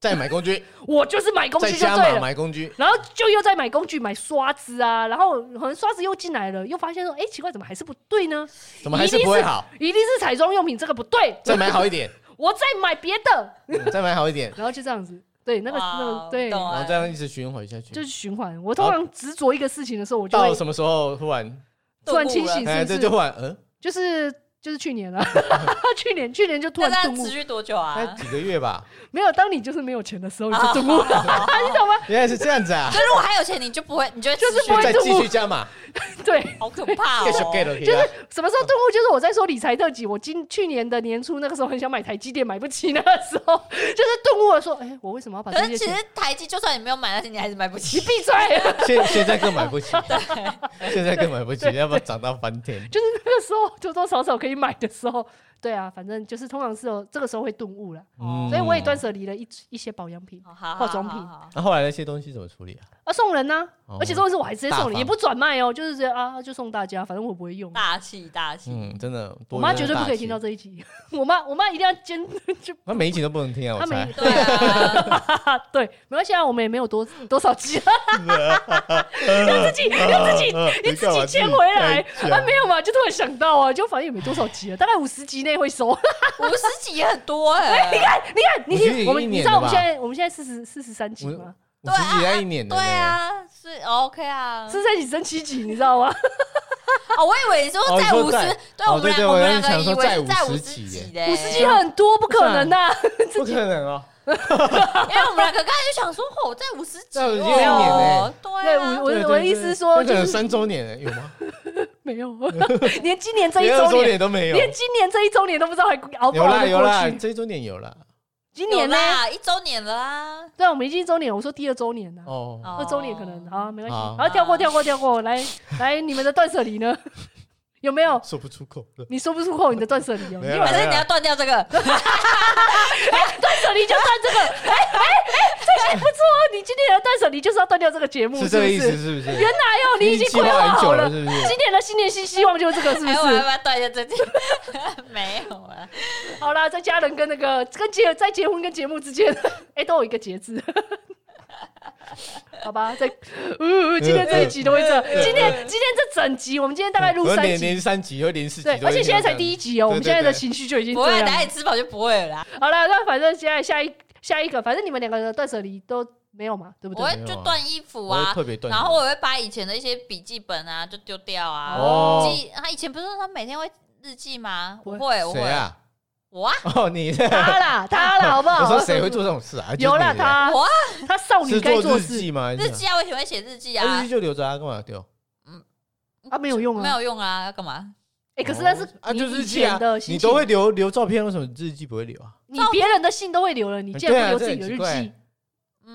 [SPEAKER 3] 再买工具，
[SPEAKER 1] 我就是买 *laughs* 工
[SPEAKER 3] 再
[SPEAKER 1] 具就
[SPEAKER 3] 加
[SPEAKER 1] 对
[SPEAKER 3] 码
[SPEAKER 1] 了。
[SPEAKER 3] 买工具，
[SPEAKER 1] 然后就又在买工具，买刷子啊，然后可能刷子又进来了，又发现说，哎、奇怪，怎么还是不对呢？
[SPEAKER 3] 怎么还是不
[SPEAKER 1] *laughs*
[SPEAKER 3] 会好？
[SPEAKER 1] 一定是彩妆用品这个不对，
[SPEAKER 3] 再买好一点，
[SPEAKER 1] *laughs* 我再买别的，
[SPEAKER 3] 嗯再买好一点，
[SPEAKER 1] 然后就这样子，对，那个
[SPEAKER 2] 哇
[SPEAKER 1] 那个对，
[SPEAKER 2] 哦懂
[SPEAKER 3] 然后这样一直循环下去
[SPEAKER 1] 就。是循环。我通常执着一个事情的时候，我就
[SPEAKER 3] 到
[SPEAKER 1] 会
[SPEAKER 3] 什么时候突然？
[SPEAKER 1] 突然清醒，
[SPEAKER 3] 哎，
[SPEAKER 1] 是
[SPEAKER 3] 这
[SPEAKER 1] 不？
[SPEAKER 3] 就是忽然，嗯，
[SPEAKER 1] 就是就是去年
[SPEAKER 3] *laughs*
[SPEAKER 1] 了，去年去年就突
[SPEAKER 2] 那
[SPEAKER 1] 然
[SPEAKER 2] 这样
[SPEAKER 1] 顿悟
[SPEAKER 2] 持，续多久啊？
[SPEAKER 3] 大概几个月吧，
[SPEAKER 1] 没有，当你就是没有钱的时候，你就顿悟了，你懂吗？
[SPEAKER 3] 原来是这样
[SPEAKER 1] *laughs*
[SPEAKER 3] 子啊
[SPEAKER 2] *laughs* 就！如果还有钱，你就不会，你就会持
[SPEAKER 1] 就是
[SPEAKER 2] 续
[SPEAKER 1] 不会
[SPEAKER 3] 再
[SPEAKER 1] 动
[SPEAKER 3] 继续加码，
[SPEAKER 1] 对，
[SPEAKER 2] 好可怕
[SPEAKER 3] 继续
[SPEAKER 2] 哦！
[SPEAKER 1] *laughs*
[SPEAKER 3] get 了，啊
[SPEAKER 1] 就是什么时候顿悟？就是我在说理财特辑，我今去年的年初那个时候很想买台积电，买不起，那个时候就是顿悟了，说，哎，我为什么要把
[SPEAKER 2] 可
[SPEAKER 1] 这
[SPEAKER 2] 是
[SPEAKER 1] 些
[SPEAKER 2] 其
[SPEAKER 1] 钱？
[SPEAKER 2] 实台积就算你没有买，但是你还是买不
[SPEAKER 1] 你
[SPEAKER 2] 起。
[SPEAKER 1] 闭嘴！
[SPEAKER 3] 现现在更买不
[SPEAKER 1] *laughs*
[SPEAKER 3] 起，现在更买不起，要不要涨到翻天？
[SPEAKER 1] 就是那个时候多多少少可以买的时候，对啊，反正就是通常是有这个时候会顿悟了，哦
[SPEAKER 3] 嗯
[SPEAKER 1] 所以我也断舍离了一一些保养品
[SPEAKER 2] 好好
[SPEAKER 1] 化妆品
[SPEAKER 2] 好好好
[SPEAKER 3] 那后来那些东西怎么处理啊？
[SPEAKER 1] 啊，送人呢、
[SPEAKER 3] 哦
[SPEAKER 1] 而且重点是我还直接
[SPEAKER 3] 大
[SPEAKER 1] 送
[SPEAKER 3] 方
[SPEAKER 1] 你，也不转卖哦，就是直接啊就送大家，反正我不会用。
[SPEAKER 2] 大气大气，
[SPEAKER 3] 嗯，真的，
[SPEAKER 1] 我
[SPEAKER 3] 多
[SPEAKER 1] 妈
[SPEAKER 3] 元
[SPEAKER 1] 绝对
[SPEAKER 3] 大
[SPEAKER 1] 不可以
[SPEAKER 3] 气
[SPEAKER 1] 听到，这一集， *laughs* 我妈我妈一定要 *laughs* 坚就
[SPEAKER 3] 那每一集都不能听啊，我
[SPEAKER 1] 她没
[SPEAKER 3] 猜。
[SPEAKER 2] 对啊，
[SPEAKER 1] 啊，对，没关系啊，我们也没有多多少集啊， *laughs* 要自己
[SPEAKER 3] *laughs*
[SPEAKER 1] 要自己呃你自己签回
[SPEAKER 3] 哎
[SPEAKER 1] 来啊，没有嘛，就突然想到啊，就反正也没多少集了，大概五十集内会收。
[SPEAKER 2] 五十几也很多
[SPEAKER 1] *laughs*
[SPEAKER 2] 哎，你看，
[SPEAKER 1] 你看，你
[SPEAKER 3] 我觉得
[SPEAKER 1] 听我
[SPEAKER 3] 一
[SPEAKER 1] 们，你
[SPEAKER 3] 年
[SPEAKER 1] 知道
[SPEAKER 3] 了
[SPEAKER 1] 我们
[SPEAKER 3] 吧
[SPEAKER 1] 现在我们现在四十四十三集吗？
[SPEAKER 3] 我十几在一年的，
[SPEAKER 2] 对，啊，是 OK 啊，
[SPEAKER 1] 四十三集升七集，你知道吗？
[SPEAKER 2] 哦，我以为你说
[SPEAKER 3] 哦你
[SPEAKER 2] 在
[SPEAKER 3] 说
[SPEAKER 2] 五
[SPEAKER 3] 在
[SPEAKER 2] 十，对，
[SPEAKER 3] 哦
[SPEAKER 2] 我们
[SPEAKER 3] 对对
[SPEAKER 2] 两我们
[SPEAKER 3] 我刚
[SPEAKER 2] 两
[SPEAKER 3] 想
[SPEAKER 2] 个以
[SPEAKER 3] 说在
[SPEAKER 2] 为是在
[SPEAKER 3] 50
[SPEAKER 2] 五十
[SPEAKER 3] 几耶
[SPEAKER 2] 几的，
[SPEAKER 1] 五十啊集很多，不可能啊呐、
[SPEAKER 3] 不可能哦，
[SPEAKER 2] *laughs* 因为我们两个刚才就想说，哦，在五十几
[SPEAKER 3] 在
[SPEAKER 2] 哦，
[SPEAKER 3] 50几一年欸
[SPEAKER 2] 对
[SPEAKER 1] 对，
[SPEAKER 2] 啊
[SPEAKER 1] 我我
[SPEAKER 3] 对
[SPEAKER 1] 我的意思是说，
[SPEAKER 3] 那可
[SPEAKER 1] 就
[SPEAKER 3] 能
[SPEAKER 1] 是
[SPEAKER 3] 三周年了有吗？
[SPEAKER 1] *laughs* 没有，连今年这一
[SPEAKER 3] 连二
[SPEAKER 1] 周
[SPEAKER 3] 周
[SPEAKER 1] 年，
[SPEAKER 3] 都没有，
[SPEAKER 1] 连今年这一周年都不知道还熬不
[SPEAKER 3] 有
[SPEAKER 1] 熬
[SPEAKER 3] 啦
[SPEAKER 1] 得
[SPEAKER 3] 有啦
[SPEAKER 1] 过，去。
[SPEAKER 3] 这一周年有啦。
[SPEAKER 1] 今
[SPEAKER 2] 有
[SPEAKER 1] 年呢？
[SPEAKER 2] 啦，一周年了啊，
[SPEAKER 1] 对啊，我们已经一周年，我说第二周年了。
[SPEAKER 3] 哦，
[SPEAKER 2] 哦
[SPEAKER 1] 二周年可能好，没关系
[SPEAKER 3] 好。
[SPEAKER 1] 好，跳过，跳过，跳过。来，来，你们的断舍离呢？有没有？
[SPEAKER 3] 说不出口。
[SPEAKER 1] 你说不出口你的断舍离哦。
[SPEAKER 3] 没
[SPEAKER 1] 你
[SPEAKER 3] 有
[SPEAKER 1] 把
[SPEAKER 3] 啦
[SPEAKER 2] 反正你要断掉这个，
[SPEAKER 1] 断舍离就断这个。哎哎哎，这些不错哦。你今天的断舍离就是要断掉这个节目，
[SPEAKER 3] 是
[SPEAKER 1] 是
[SPEAKER 3] 这
[SPEAKER 1] 不
[SPEAKER 3] 个意思
[SPEAKER 1] 是？
[SPEAKER 3] 是不是？
[SPEAKER 1] 原来哦，你已经
[SPEAKER 3] 计
[SPEAKER 1] 规
[SPEAKER 3] 划
[SPEAKER 1] 划
[SPEAKER 3] 很久
[SPEAKER 1] 好
[SPEAKER 3] 了
[SPEAKER 1] 了。
[SPEAKER 3] 是不是？
[SPEAKER 1] 今年的新年新希望就是这个，是不
[SPEAKER 2] 哎，我要不
[SPEAKER 1] 是？
[SPEAKER 2] 要断掉这句？ *laughs* 没有啊，
[SPEAKER 1] 好啦，在家人跟那个跟结在结婚跟节目之间，哎，都有一个节制。 *laughs* 好吧，在，嗯，今天这一集都会这样。今天今天这整集，我们今天大概录
[SPEAKER 3] 我
[SPEAKER 1] 三
[SPEAKER 3] 连
[SPEAKER 1] 集，
[SPEAKER 3] 连三集和连四集
[SPEAKER 1] 对，
[SPEAKER 3] 都
[SPEAKER 1] 而且现在才
[SPEAKER 3] 一
[SPEAKER 1] 第
[SPEAKER 3] 定
[SPEAKER 1] 一集哦，我们
[SPEAKER 3] 对对
[SPEAKER 1] 现在的
[SPEAKER 3] 对
[SPEAKER 1] 情绪就已经
[SPEAKER 2] 不
[SPEAKER 1] 这
[SPEAKER 2] 会，
[SPEAKER 1] 样
[SPEAKER 2] 等下
[SPEAKER 1] 了。
[SPEAKER 2] 你吃饱就不会了啦。
[SPEAKER 1] 好了，那反正现在下一下一个，反正你们两个的断舍离都没有嘛，对不
[SPEAKER 2] 我
[SPEAKER 1] 对？
[SPEAKER 2] 会就断衣服
[SPEAKER 3] 要这样，我会
[SPEAKER 2] 啊，
[SPEAKER 3] 特别断。
[SPEAKER 2] 然后我会把以前的一些笔记本啊就丢掉啊。
[SPEAKER 3] 哦，
[SPEAKER 2] 记他以前不是说他每天会日记吗？
[SPEAKER 1] 我
[SPEAKER 2] 我会，我
[SPEAKER 3] 谁
[SPEAKER 2] 会，
[SPEAKER 3] 啊？
[SPEAKER 2] 我啊，
[SPEAKER 3] 哦，你
[SPEAKER 1] 他 *laughs* 啦，他啦，好不好？
[SPEAKER 3] *laughs* 我说谁会做这种事啊？
[SPEAKER 1] *laughs* 有啦，
[SPEAKER 3] 就是你啊
[SPEAKER 1] 他
[SPEAKER 2] 我啊
[SPEAKER 1] 他少女
[SPEAKER 3] 是
[SPEAKER 1] 该
[SPEAKER 3] 做
[SPEAKER 1] 做
[SPEAKER 3] 日
[SPEAKER 1] 事
[SPEAKER 3] 记吗？还是
[SPEAKER 2] 日
[SPEAKER 3] 什么
[SPEAKER 2] 记啊，我以前会写日记
[SPEAKER 3] 啊
[SPEAKER 2] 啊
[SPEAKER 3] 日记，就留着啊，干嘛丢？
[SPEAKER 1] 啊，没有用
[SPEAKER 2] 没
[SPEAKER 1] 啊。
[SPEAKER 2] 有用啊，要干嘛？
[SPEAKER 1] 哎，可是那是
[SPEAKER 3] 哦啊，
[SPEAKER 1] 你
[SPEAKER 3] 就是
[SPEAKER 1] 以
[SPEAKER 3] 日记啊
[SPEAKER 1] 前的，心
[SPEAKER 3] 你
[SPEAKER 1] 情
[SPEAKER 3] 都，会留留照片，为什么日记不会留啊？
[SPEAKER 1] 你别人的信都会留了，你竟
[SPEAKER 3] 对啊
[SPEAKER 1] 然不留
[SPEAKER 3] 这
[SPEAKER 1] 自己的
[SPEAKER 3] 很奇
[SPEAKER 1] 日
[SPEAKER 3] 怪
[SPEAKER 1] 记？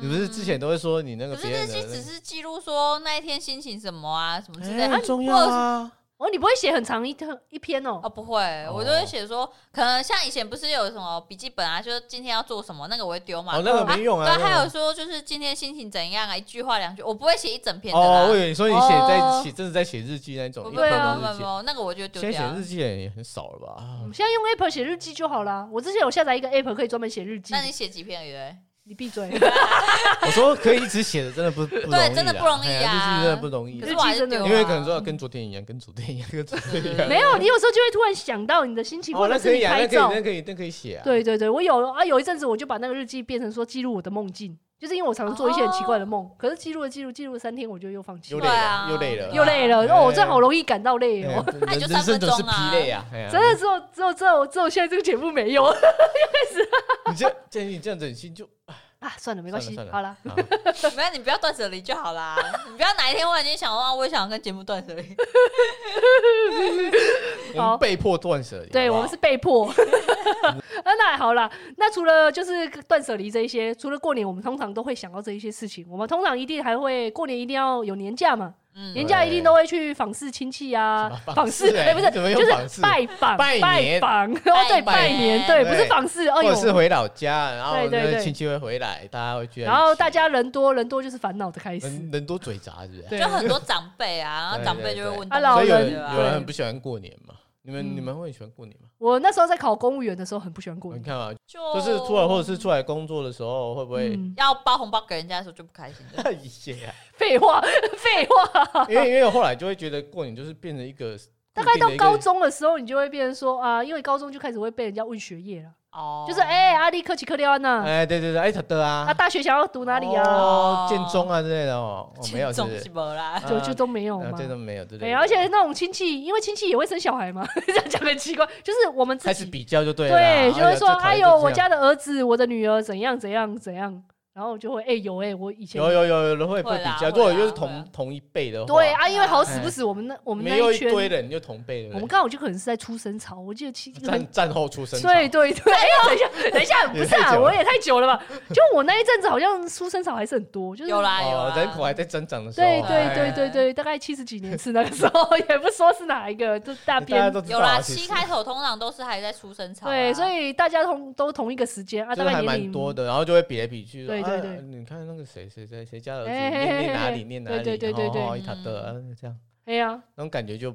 [SPEAKER 3] 你不是之前都会说你那
[SPEAKER 2] 嗯？
[SPEAKER 3] 个
[SPEAKER 2] 可是
[SPEAKER 3] 别
[SPEAKER 2] 日
[SPEAKER 3] 人
[SPEAKER 2] 记
[SPEAKER 3] 的
[SPEAKER 2] 只是记录说那一天心情什么啊，什么之类
[SPEAKER 3] 哎
[SPEAKER 2] 的。啊
[SPEAKER 3] 很
[SPEAKER 2] 你
[SPEAKER 3] 重
[SPEAKER 2] 如
[SPEAKER 3] 要
[SPEAKER 2] 果是
[SPEAKER 3] 啊。
[SPEAKER 1] 哦，你不会写很长一一篇哦
[SPEAKER 3] 嗯
[SPEAKER 2] 哦，？不会，我就会写说，可能像以前不是有什么笔记本啊，就是今天要做什么，那个我会丢嘛
[SPEAKER 3] 哦，。那个没用啊。
[SPEAKER 2] 对，还
[SPEAKER 3] 那
[SPEAKER 2] 有
[SPEAKER 3] 个
[SPEAKER 2] 说就是今天心情怎样啊，一句话两句，我不会写一整篇的
[SPEAKER 3] 哦，我以
[SPEAKER 2] 啦。
[SPEAKER 3] 为你说你写在
[SPEAKER 1] 哦
[SPEAKER 3] 写，真的在写日记那种，
[SPEAKER 2] 我
[SPEAKER 3] 一
[SPEAKER 2] 不
[SPEAKER 1] 对
[SPEAKER 2] 会，
[SPEAKER 3] 般
[SPEAKER 1] 啊
[SPEAKER 2] 不
[SPEAKER 3] 的日
[SPEAKER 2] 会，不会
[SPEAKER 3] 记
[SPEAKER 2] 不。会，那个我就丢
[SPEAKER 3] 现在
[SPEAKER 2] 掉
[SPEAKER 3] 写。日记的人也很少了吧？ *laughs* 啊
[SPEAKER 1] 我们现在用 App 写日记就好啦。我之前有下载一个 App 可以专门写日记
[SPEAKER 2] 那。你写几篇而
[SPEAKER 3] *laughs*
[SPEAKER 2] 已？
[SPEAKER 1] 你闭
[SPEAKER 2] *laughs*
[SPEAKER 1] 嘴，
[SPEAKER 3] 我说可以一直写的，真的不不容易啦，
[SPEAKER 2] 真的不容易
[SPEAKER 3] 哎
[SPEAKER 2] 啊
[SPEAKER 3] 呀日记真的不容易
[SPEAKER 2] 可
[SPEAKER 3] 啦。
[SPEAKER 2] 是我还是丢啊，
[SPEAKER 3] 因为可能说跟昨天一样，跟昨天一样，跟昨天一样。
[SPEAKER 1] 没有，你有时候就会突然想到你的心情，
[SPEAKER 3] 哦，
[SPEAKER 1] 或
[SPEAKER 3] 那
[SPEAKER 1] 者
[SPEAKER 3] 可
[SPEAKER 1] 是
[SPEAKER 3] 以
[SPEAKER 1] 你
[SPEAKER 3] 啊，
[SPEAKER 1] 拍
[SPEAKER 3] 那可以，
[SPEAKER 1] 照，
[SPEAKER 3] 那可以，那可以写啊。
[SPEAKER 1] 对对对，我有啊，有一阵子我就把那个日记变成说记录我的梦境，就是因为我常常做一些很奇怪的梦，可是记录了记录记录了三天，我就又放弃
[SPEAKER 3] 哦又
[SPEAKER 1] 了，
[SPEAKER 3] 累
[SPEAKER 2] 对
[SPEAKER 3] 了，
[SPEAKER 2] 啊
[SPEAKER 3] 又累了，
[SPEAKER 1] 又累了。
[SPEAKER 3] 哎
[SPEAKER 1] 哦，我这好容易感到累
[SPEAKER 3] 哎
[SPEAKER 1] 哦。
[SPEAKER 3] 人
[SPEAKER 2] 那你就
[SPEAKER 3] 人
[SPEAKER 2] 三
[SPEAKER 3] 生
[SPEAKER 2] 分
[SPEAKER 3] 总是
[SPEAKER 2] 钟
[SPEAKER 3] 疲
[SPEAKER 2] 啊
[SPEAKER 3] 累啊！哎呀
[SPEAKER 1] *laughs* 真的只有只有只有只有现在这个节目没有 *laughs*
[SPEAKER 3] 你这 *laughs* 建议这样子，你心就
[SPEAKER 1] 啊，算了，没关系
[SPEAKER 3] 算，了
[SPEAKER 1] 好啦，
[SPEAKER 3] 啊
[SPEAKER 2] 没有，你不要断舍离就好啦。 *laughs* 你不要哪一天忽然间想说，啊我也想要跟节目断舍离。
[SPEAKER 3] 我们被迫断舍离。
[SPEAKER 1] 对
[SPEAKER 3] 好不
[SPEAKER 1] 我
[SPEAKER 3] 好
[SPEAKER 1] 们是被迫。 *laughs* 啊，那好啦，那除了就是断舍离这一些，除了过年，我们通常都会想到这一些事情。我们通常一定还会过年一定要有年假嘛，
[SPEAKER 2] 嗯
[SPEAKER 1] 年假一定都会去访视亲戚啊
[SPEAKER 3] 什么，
[SPEAKER 1] 访视
[SPEAKER 3] 哎
[SPEAKER 1] 哎不是
[SPEAKER 3] 怎么用
[SPEAKER 1] 就是
[SPEAKER 3] 访视
[SPEAKER 1] 拜访
[SPEAKER 3] 拜年
[SPEAKER 1] 访哦对
[SPEAKER 2] 拜
[SPEAKER 1] 拜
[SPEAKER 2] 年
[SPEAKER 1] 年对不是
[SPEAKER 3] 对
[SPEAKER 1] 访视哦
[SPEAKER 3] 或
[SPEAKER 1] 呦
[SPEAKER 3] 者是回老家，然后
[SPEAKER 1] 对对
[SPEAKER 3] 那
[SPEAKER 1] 对
[SPEAKER 3] 亲戚会回来，大家会聚在一起，
[SPEAKER 1] 然后大家人多人多就是烦恼的开始
[SPEAKER 3] 人人多嘴杂，是不是？
[SPEAKER 1] 对
[SPEAKER 2] 就很多长辈啊，然后长辈就会
[SPEAKER 1] 对对
[SPEAKER 2] 问
[SPEAKER 1] 对啊
[SPEAKER 2] 东
[SPEAKER 1] 老
[SPEAKER 3] 所以
[SPEAKER 2] 西
[SPEAKER 3] 有
[SPEAKER 1] 人
[SPEAKER 3] 人有
[SPEAKER 1] 对
[SPEAKER 3] 人很不喜欢过年嘛？你们
[SPEAKER 1] 嗯
[SPEAKER 3] 你们会喜欢过年吗？
[SPEAKER 1] 我那时候在考公务员的时候很不喜欢过
[SPEAKER 3] 你
[SPEAKER 1] 年，哦
[SPEAKER 3] 看啊，
[SPEAKER 2] 就
[SPEAKER 3] 就是出来或者是出来工作的时候，会不会
[SPEAKER 1] 嗯，
[SPEAKER 2] 要包红包给人家的时候就不开心的。
[SPEAKER 3] *laughs* 一些啊？
[SPEAKER 1] 废话废话，
[SPEAKER 3] 因为因为后来就会觉得过年就是变成一个
[SPEAKER 1] 大概
[SPEAKER 3] 固定
[SPEAKER 1] 到
[SPEAKER 3] 的一个
[SPEAKER 1] 高中的时候，你就会变成说啊，因为高中就开始会被人家问学业了，
[SPEAKER 2] 哦，
[SPEAKER 1] 就是哎阿力克奇克利安呐，
[SPEAKER 3] 哎，对对对，哎，他的啊，
[SPEAKER 1] 啊啊大学想要读哪里啊，
[SPEAKER 3] 哦，建中啊之类的哦，哦没有是
[SPEAKER 2] 总
[SPEAKER 3] 不是
[SPEAKER 2] 是？没啦。
[SPEAKER 1] 就
[SPEAKER 3] 啊
[SPEAKER 1] 就都没有
[SPEAKER 3] 啊
[SPEAKER 1] 嘛
[SPEAKER 3] 这。都没有，对
[SPEAKER 1] 对，而且那种亲戚，因为亲戚也会生小孩嘛， *laughs* 这样讲很奇怪。就是我们自
[SPEAKER 3] 开
[SPEAKER 1] 己
[SPEAKER 3] 始比较就对了啦，
[SPEAKER 1] 对，就会说，哎
[SPEAKER 3] 哎呀
[SPEAKER 1] 呦，我
[SPEAKER 3] 这讨厌
[SPEAKER 1] 家的儿子，我的女儿怎样怎样怎样。然后就会哎、有哎、我以前
[SPEAKER 3] 有有有有会
[SPEAKER 2] 会
[SPEAKER 3] 会
[SPEAKER 2] 啦
[SPEAKER 3] 比较，
[SPEAKER 2] 会
[SPEAKER 3] 如果
[SPEAKER 2] 啦
[SPEAKER 3] 就是
[SPEAKER 2] 会啦
[SPEAKER 3] 同同一辈的话，
[SPEAKER 1] 对，啊，因为好死不死我们那我们那
[SPEAKER 3] 哎没有一
[SPEAKER 1] 圈，
[SPEAKER 3] 堆人就同辈的人，
[SPEAKER 1] 我们刚好就可能是在出生潮，我记得其实很
[SPEAKER 3] 战战后出生潮，
[SPEAKER 1] 对对
[SPEAKER 3] *laughs*
[SPEAKER 1] 对，哎、等一下，等一下，
[SPEAKER 3] 也
[SPEAKER 1] 不是
[SPEAKER 3] 太
[SPEAKER 1] 啊，
[SPEAKER 3] 久了
[SPEAKER 1] 我也太久了吧？就我那一阵子好像出生潮还是很多，就是
[SPEAKER 2] 有啦有
[SPEAKER 3] 哦
[SPEAKER 2] 啦，，
[SPEAKER 3] 人口还在增长的时候，
[SPEAKER 1] 对对
[SPEAKER 3] 哎
[SPEAKER 1] 对对对，大概七十几年次那个时候， *laughs* 也不说是哪一个，就大
[SPEAKER 3] 大家
[SPEAKER 1] 便
[SPEAKER 3] 都知道
[SPEAKER 2] 有
[SPEAKER 3] 啊
[SPEAKER 2] 啦，
[SPEAKER 3] 其
[SPEAKER 2] 七
[SPEAKER 3] 实
[SPEAKER 2] 开头通常都是还在出生潮啦，
[SPEAKER 1] 对，所以大家同都同一个时间啊，
[SPEAKER 3] 就
[SPEAKER 1] 大
[SPEAKER 3] 是
[SPEAKER 1] 概
[SPEAKER 3] 还
[SPEAKER 1] 年
[SPEAKER 3] 蛮
[SPEAKER 1] 龄
[SPEAKER 3] 多的，然后就会比来比去，说
[SPEAKER 1] 对对
[SPEAKER 3] 哎
[SPEAKER 1] 对
[SPEAKER 3] 你看那个谁谁谁谁家的儿子
[SPEAKER 1] 哎
[SPEAKER 3] 念
[SPEAKER 1] 哎
[SPEAKER 3] 念哪
[SPEAKER 1] 哎
[SPEAKER 3] 里念哪里，
[SPEAKER 1] 对对对对
[SPEAKER 3] 然后
[SPEAKER 2] 对
[SPEAKER 3] 一塔的啊这样，
[SPEAKER 1] 哎呀，
[SPEAKER 3] 那种感觉就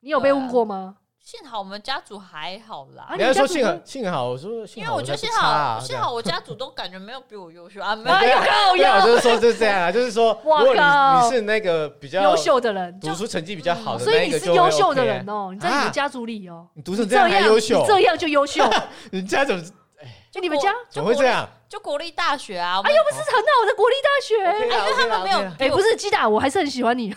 [SPEAKER 1] 你有被问过吗？
[SPEAKER 2] 幸好我们家族还好啦
[SPEAKER 1] 啊，
[SPEAKER 3] 人家
[SPEAKER 1] 你家
[SPEAKER 3] 说
[SPEAKER 1] 族
[SPEAKER 3] 幸好
[SPEAKER 1] 跟
[SPEAKER 3] 幸好，我说
[SPEAKER 2] 因
[SPEAKER 3] 幸
[SPEAKER 2] 为
[SPEAKER 3] 好
[SPEAKER 2] 我觉得
[SPEAKER 3] 才
[SPEAKER 2] 幸
[SPEAKER 3] 不差
[SPEAKER 2] 好
[SPEAKER 3] 啊
[SPEAKER 2] 幸好我家族都感觉没有比我优秀啊，没有
[SPEAKER 1] 哎呀，
[SPEAKER 3] 对啊，我就是说就是这样啊，就是说，如
[SPEAKER 1] 哇
[SPEAKER 3] 果你
[SPEAKER 1] 靠
[SPEAKER 3] 你是那个比较
[SPEAKER 1] 优秀的人，
[SPEAKER 3] 读书成绩比较好的
[SPEAKER 1] 所以
[SPEAKER 3] 那一
[SPEAKER 1] 你
[SPEAKER 3] 个，
[SPEAKER 1] 是
[SPEAKER 3] 就会
[SPEAKER 1] 优秀的
[SPEAKER 3] OK 啊
[SPEAKER 1] 人哦，你在你们家族里哦，
[SPEAKER 3] 你读成
[SPEAKER 1] 这
[SPEAKER 3] 这样还优秀
[SPEAKER 1] 你，这样就优
[SPEAKER 3] *laughs*
[SPEAKER 1] 秀，
[SPEAKER 3] 人家怎么
[SPEAKER 1] 就你们家
[SPEAKER 3] 怎么会这样？
[SPEAKER 2] 就国立大学啊，我
[SPEAKER 1] 哎
[SPEAKER 2] 们
[SPEAKER 1] 又不是很好的国立大学。
[SPEAKER 3] OK 啦
[SPEAKER 2] 因为他
[SPEAKER 3] OK 啦
[SPEAKER 2] 们没有
[SPEAKER 3] OK 啦
[SPEAKER 1] 哎、不是基打，我还是很喜欢你。 *laughs*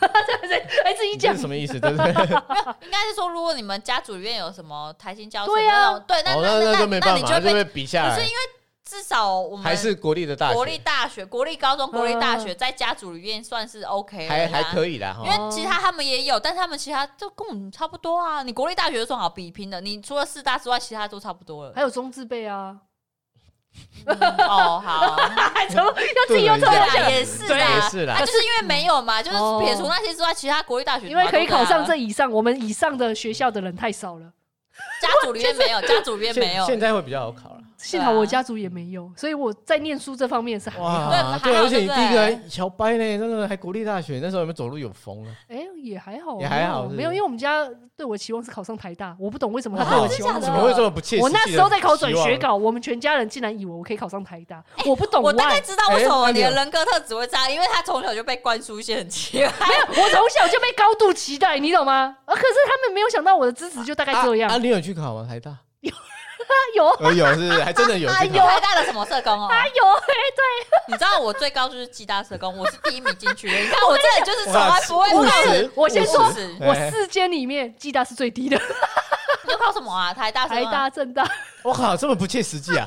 [SPEAKER 1] 哎，自己
[SPEAKER 3] 你这
[SPEAKER 1] 讲
[SPEAKER 3] 是，什么意思？对 *laughs* 不对？哦，
[SPEAKER 2] 应该是说，如果你们家族里面有什么台新教
[SPEAKER 1] 对啊
[SPEAKER 2] 那种，对，那
[SPEAKER 3] 哦那
[SPEAKER 2] 那
[SPEAKER 3] 就没
[SPEAKER 2] 那
[SPEAKER 3] 办
[SPEAKER 2] 你
[SPEAKER 3] 法，
[SPEAKER 2] 就
[SPEAKER 3] 那就
[SPEAKER 2] 被
[SPEAKER 3] 被哦比下
[SPEAKER 2] 不是
[SPEAKER 3] 来
[SPEAKER 2] 因，为至少我们
[SPEAKER 3] 还是国立的大
[SPEAKER 2] 国立
[SPEAKER 3] 学，嗯
[SPEAKER 2] 大学、国立高中、国立大学
[SPEAKER 1] 啊
[SPEAKER 2] 在家族里面算是 OK，
[SPEAKER 3] 还还
[SPEAKER 2] 以。
[SPEAKER 3] 可以啦哦哈
[SPEAKER 2] 因。为其他他们也有，但是他们其他就跟我们差不多啊。你国立大学有什么好比拼的？你除了四大之外，其他都差不多了
[SPEAKER 3] *laughs*
[SPEAKER 1] 还。有中字辈啊，
[SPEAKER 2] 嗯哦，好，
[SPEAKER 1] 还怎么要自己又
[SPEAKER 3] 对
[SPEAKER 1] 偷
[SPEAKER 3] 啦
[SPEAKER 1] 笑
[SPEAKER 2] 对啦，？啊也是
[SPEAKER 3] 对
[SPEAKER 2] 啦，
[SPEAKER 3] 也是啦
[SPEAKER 2] 啊就是因为没有嘛，就是
[SPEAKER 1] 哦
[SPEAKER 2] 撇除那些之外，其他国立大学
[SPEAKER 1] 因为可以
[SPEAKER 2] 什么
[SPEAKER 1] 考
[SPEAKER 2] 都对啊
[SPEAKER 1] 上这以上，我们以上的学校的人太少了。
[SPEAKER 2] 家族里面
[SPEAKER 3] *laughs*
[SPEAKER 2] 没有，家族里面
[SPEAKER 3] 现
[SPEAKER 2] 没有，
[SPEAKER 3] 现在会比较好考了。
[SPEAKER 1] 幸好
[SPEAKER 2] 啊
[SPEAKER 1] 我家族也没有，所以我在念书这方面是还好，
[SPEAKER 3] 哇，
[SPEAKER 2] 对还
[SPEAKER 3] 对，
[SPEAKER 2] 好
[SPEAKER 3] 而且你
[SPEAKER 2] 对不
[SPEAKER 3] 第
[SPEAKER 2] 对
[SPEAKER 3] 一个还小白呢，那个还国立大学，那时候有没有走路有风啊？
[SPEAKER 1] 哎、也还好，
[SPEAKER 3] 也还好
[SPEAKER 1] 没有
[SPEAKER 3] 是
[SPEAKER 1] 没有，因为我们家对我期望是考上台大，我不懂为什么他
[SPEAKER 2] 啊
[SPEAKER 1] 对我
[SPEAKER 2] 真
[SPEAKER 1] 期
[SPEAKER 2] 的
[SPEAKER 1] 望是
[SPEAKER 2] 假
[SPEAKER 3] 怎
[SPEAKER 1] 考
[SPEAKER 2] 的
[SPEAKER 3] 么会这么不切实际？
[SPEAKER 1] 我那时候在考转学，稿，我们全家人竟然以为我可以考上台
[SPEAKER 2] *laughs*
[SPEAKER 1] 大，我不懂
[SPEAKER 2] 哎我
[SPEAKER 1] why。
[SPEAKER 2] 大概知道为什么
[SPEAKER 3] 哎
[SPEAKER 2] 你的人格特质会这样，因为他从小就被灌输一些很奇怪。
[SPEAKER 1] 没有，我从小就被高度期待，你懂吗？啊，可是他们没有想到我的资质就大概这样。
[SPEAKER 3] 啊，
[SPEAKER 1] 啊，
[SPEAKER 3] 你有去考吗？台大？
[SPEAKER 1] 有啊
[SPEAKER 3] 呃，有是还真的有 *laughs*
[SPEAKER 1] 哎
[SPEAKER 3] 去
[SPEAKER 1] 呦
[SPEAKER 3] 考。
[SPEAKER 2] 台大的什么社工哦？
[SPEAKER 3] 哎
[SPEAKER 1] 有，
[SPEAKER 2] 你知道我最高就是暨大社工，我是第一名进去的。你看我这人就是从来不会
[SPEAKER 1] 我
[SPEAKER 2] 考
[SPEAKER 1] 跟你我先说
[SPEAKER 2] 五，十
[SPEAKER 1] 我四间里面暨大是最低的，
[SPEAKER 2] 你要考什么啊？台大社
[SPEAKER 1] 台
[SPEAKER 2] 工啊？
[SPEAKER 1] 大、政大，
[SPEAKER 3] 我靠，这么不切实际啊！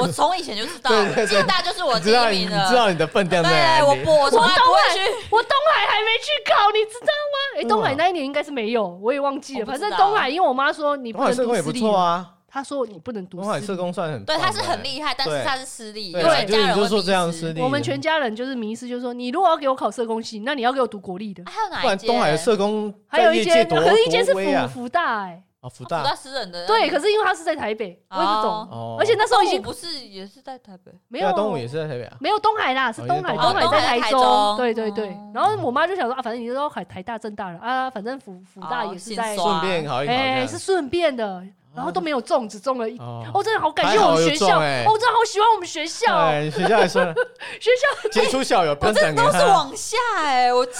[SPEAKER 2] 我从以前就知道
[SPEAKER 3] 对，对对
[SPEAKER 2] 暨大就是我
[SPEAKER 3] 你
[SPEAKER 2] 第
[SPEAKER 3] 知道
[SPEAKER 2] 一
[SPEAKER 3] 你
[SPEAKER 2] 名
[SPEAKER 3] 你
[SPEAKER 2] 了。
[SPEAKER 3] 知道你的分量在哪
[SPEAKER 2] 对，
[SPEAKER 3] 里？
[SPEAKER 2] 我不，我从来不会去。
[SPEAKER 3] 哎
[SPEAKER 1] 我东海还没去考，你知道吗？哎、
[SPEAKER 3] 真的
[SPEAKER 1] 东海
[SPEAKER 3] 吗
[SPEAKER 1] 那一年应该是没有，我也忘记了。
[SPEAKER 2] 我不
[SPEAKER 1] 反
[SPEAKER 2] 知
[SPEAKER 1] 正
[SPEAKER 2] 道
[SPEAKER 1] 东海，因为我妈说你不
[SPEAKER 3] 东海
[SPEAKER 1] 能
[SPEAKER 3] 社工
[SPEAKER 1] 读
[SPEAKER 3] 也
[SPEAKER 1] 私
[SPEAKER 3] 不
[SPEAKER 1] 立
[SPEAKER 3] 错，啊，
[SPEAKER 1] 她说你不能读
[SPEAKER 3] 东海
[SPEAKER 1] 私
[SPEAKER 3] 社
[SPEAKER 1] 立。
[SPEAKER 3] 工算很
[SPEAKER 2] 对，
[SPEAKER 3] 棒
[SPEAKER 2] 他
[SPEAKER 3] 的
[SPEAKER 2] 是很厉害，但是他是私立，
[SPEAKER 3] 对
[SPEAKER 2] 有些
[SPEAKER 1] 对
[SPEAKER 2] 家
[SPEAKER 3] 就是
[SPEAKER 2] 人
[SPEAKER 3] 你
[SPEAKER 2] 会
[SPEAKER 3] 就说
[SPEAKER 2] 鄙
[SPEAKER 3] 这样
[SPEAKER 2] 视
[SPEAKER 3] 私立
[SPEAKER 1] 我们全家人就是迷失，就是说你如果要给我考社工系，那你要给我读国立的
[SPEAKER 2] 啊。还有哪
[SPEAKER 3] 不
[SPEAKER 2] 一
[SPEAKER 3] 然
[SPEAKER 2] 间？
[SPEAKER 3] 东海的社工
[SPEAKER 1] 还有
[SPEAKER 3] 在
[SPEAKER 1] 一
[SPEAKER 3] 业界
[SPEAKER 1] 间，
[SPEAKER 3] 多
[SPEAKER 1] 可是一间是
[SPEAKER 3] 多威
[SPEAKER 1] 福
[SPEAKER 3] 啊，
[SPEAKER 1] 福大哎、
[SPEAKER 3] 啊福
[SPEAKER 2] 啊，不
[SPEAKER 3] 大
[SPEAKER 2] 到私人的。
[SPEAKER 1] 对，可是因为他是在台北，我也不懂。
[SPEAKER 2] 哦
[SPEAKER 3] 哦，
[SPEAKER 1] 而且那时候已经
[SPEAKER 2] 我不是也是在台北。
[SPEAKER 1] 没
[SPEAKER 3] 没
[SPEAKER 1] 有、
[SPEAKER 3] 东武也是在台北啊，
[SPEAKER 1] 没有东海啦，是
[SPEAKER 3] 哦
[SPEAKER 1] 东海，
[SPEAKER 3] 也是
[SPEAKER 1] 东
[SPEAKER 3] 东
[SPEAKER 1] 海
[SPEAKER 3] 海
[SPEAKER 1] 在台
[SPEAKER 2] 哦东海在台中
[SPEAKER 1] 对对对
[SPEAKER 2] 哦。
[SPEAKER 1] 然后我妈就想说啊，反正你都考台大、政大了啊，反正辅辅大
[SPEAKER 2] 哦
[SPEAKER 1] 也是
[SPEAKER 2] 先
[SPEAKER 1] 在，
[SPEAKER 2] 刷
[SPEAKER 3] 顺便考一考这
[SPEAKER 1] 哎，
[SPEAKER 3] 样
[SPEAKER 1] 是顺便的，然后都没有中，只中了一。
[SPEAKER 3] 哦，
[SPEAKER 1] 哦，真的好感谢我们学校，
[SPEAKER 3] 还好有中哎
[SPEAKER 1] 哦，我真的好喜欢我们学校，
[SPEAKER 3] 哎，学校
[SPEAKER 1] *laughs*
[SPEAKER 3] 还算
[SPEAKER 1] 学校
[SPEAKER 3] 杰出校友，不要讲给
[SPEAKER 2] 都是
[SPEAKER 3] 他。
[SPEAKER 2] 往下哎、我暨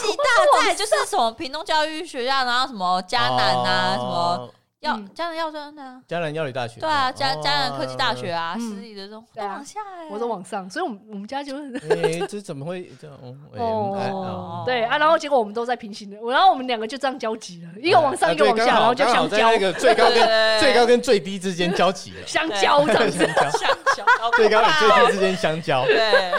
[SPEAKER 2] 大在就是什么屏东教育学校，然后什么迦南啊，什么
[SPEAKER 3] 哦
[SPEAKER 2] 药
[SPEAKER 1] 嗯
[SPEAKER 2] 迦南药专的啊，
[SPEAKER 3] 江南药理大学，
[SPEAKER 2] 对啊，
[SPEAKER 3] 哦
[SPEAKER 2] 迦迦南科技大学。啊，
[SPEAKER 1] 嗯
[SPEAKER 2] 私立的这种
[SPEAKER 1] 对
[SPEAKER 2] 都
[SPEAKER 1] 啊
[SPEAKER 2] 往下哎、
[SPEAKER 1] 我都往上，所以我们我们家就是
[SPEAKER 3] 哎，这怎么会这样？哦哎哎
[SPEAKER 1] 哦
[SPEAKER 3] 哦，
[SPEAKER 1] 对啊，然后结果我们都在平行的，然后我们两个就这样交集了，一个往上，
[SPEAKER 3] 啊
[SPEAKER 1] 一个
[SPEAKER 3] 对
[SPEAKER 1] 往下，
[SPEAKER 3] 刚好
[SPEAKER 1] 然后就
[SPEAKER 3] 刚
[SPEAKER 1] 相
[SPEAKER 3] 好在那
[SPEAKER 1] 交，
[SPEAKER 3] 个最高
[SPEAKER 2] 对对
[SPEAKER 3] 跟
[SPEAKER 2] 对
[SPEAKER 3] 最高跟最低之间交集了，
[SPEAKER 1] 相交这样子。
[SPEAKER 3] 相交
[SPEAKER 2] 向小好
[SPEAKER 3] *laughs* 最高与
[SPEAKER 2] 可怕
[SPEAKER 3] 最
[SPEAKER 2] 哦
[SPEAKER 3] 低之间
[SPEAKER 1] *laughs*
[SPEAKER 3] 相交。
[SPEAKER 2] 对。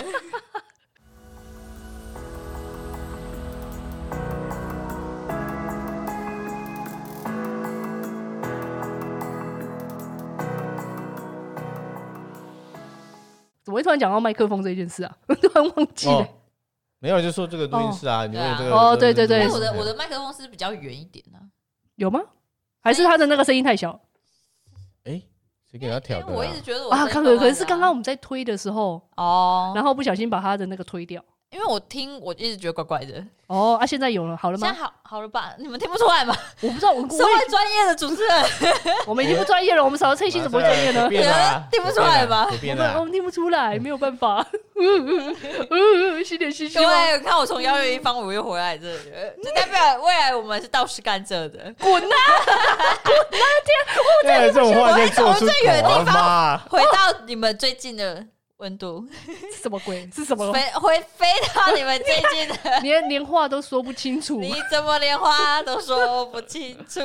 [SPEAKER 1] 怎么会突然讲到麦克风这件事啊？突然忘记了
[SPEAKER 3] 哦。没有，就说这个录音室啊，你们有这个
[SPEAKER 1] 哦对对对
[SPEAKER 2] 哎，
[SPEAKER 3] 这个
[SPEAKER 2] 我的
[SPEAKER 3] 录音室
[SPEAKER 2] 我的麦克风是比较远一点呢、
[SPEAKER 1] 有吗？还是他的那个声音太小
[SPEAKER 3] 哎，谁给他
[SPEAKER 2] 因
[SPEAKER 3] 调
[SPEAKER 2] 为
[SPEAKER 3] 的啊？
[SPEAKER 2] 哎我一直觉得我
[SPEAKER 1] 啊？
[SPEAKER 2] 声音
[SPEAKER 1] 可
[SPEAKER 2] 怪
[SPEAKER 1] 可
[SPEAKER 2] 怪的
[SPEAKER 1] 能是刚刚我们在推的时候，
[SPEAKER 2] 哦，
[SPEAKER 1] 然后不小心把他的那个推掉。
[SPEAKER 2] 因为我听我一直觉得怪怪的，
[SPEAKER 1] 哦啊，现在有了，好了
[SPEAKER 2] 现在
[SPEAKER 1] 吗？
[SPEAKER 2] 好好了吧？你们听不出来吗？
[SPEAKER 1] 我不知道，我
[SPEAKER 2] *laughs* 身
[SPEAKER 1] 我也
[SPEAKER 2] 为专业的主持人，
[SPEAKER 1] 我们已经不专业了，我们少了翠心怎么会专业呢
[SPEAKER 3] 随？便啊
[SPEAKER 2] 听不出来吧
[SPEAKER 3] 随
[SPEAKER 1] 我
[SPEAKER 3] 便
[SPEAKER 1] 们我
[SPEAKER 3] 啊，
[SPEAKER 1] 们听不出来，没有办法。嗯，吸点新 *laughs* 希
[SPEAKER 2] 各
[SPEAKER 1] 望，
[SPEAKER 2] 位，看我从幺月一方五又回来这里
[SPEAKER 1] *laughs*
[SPEAKER 2] 了，就代表未来我们是道士甘蔗的。
[SPEAKER 1] 滚呐！
[SPEAKER 3] 对这种话再做出
[SPEAKER 2] 我最远的
[SPEAKER 3] 口
[SPEAKER 2] 地方
[SPEAKER 3] 妈，
[SPEAKER 2] 回到你们最近的温
[SPEAKER 1] *laughs*
[SPEAKER 2] 度，
[SPEAKER 1] 是什么鬼？是什么？
[SPEAKER 2] 飞回飞到你们最近的， *laughs*
[SPEAKER 1] 连连话都说不清楚。
[SPEAKER 2] 你怎么连话都说不清楚？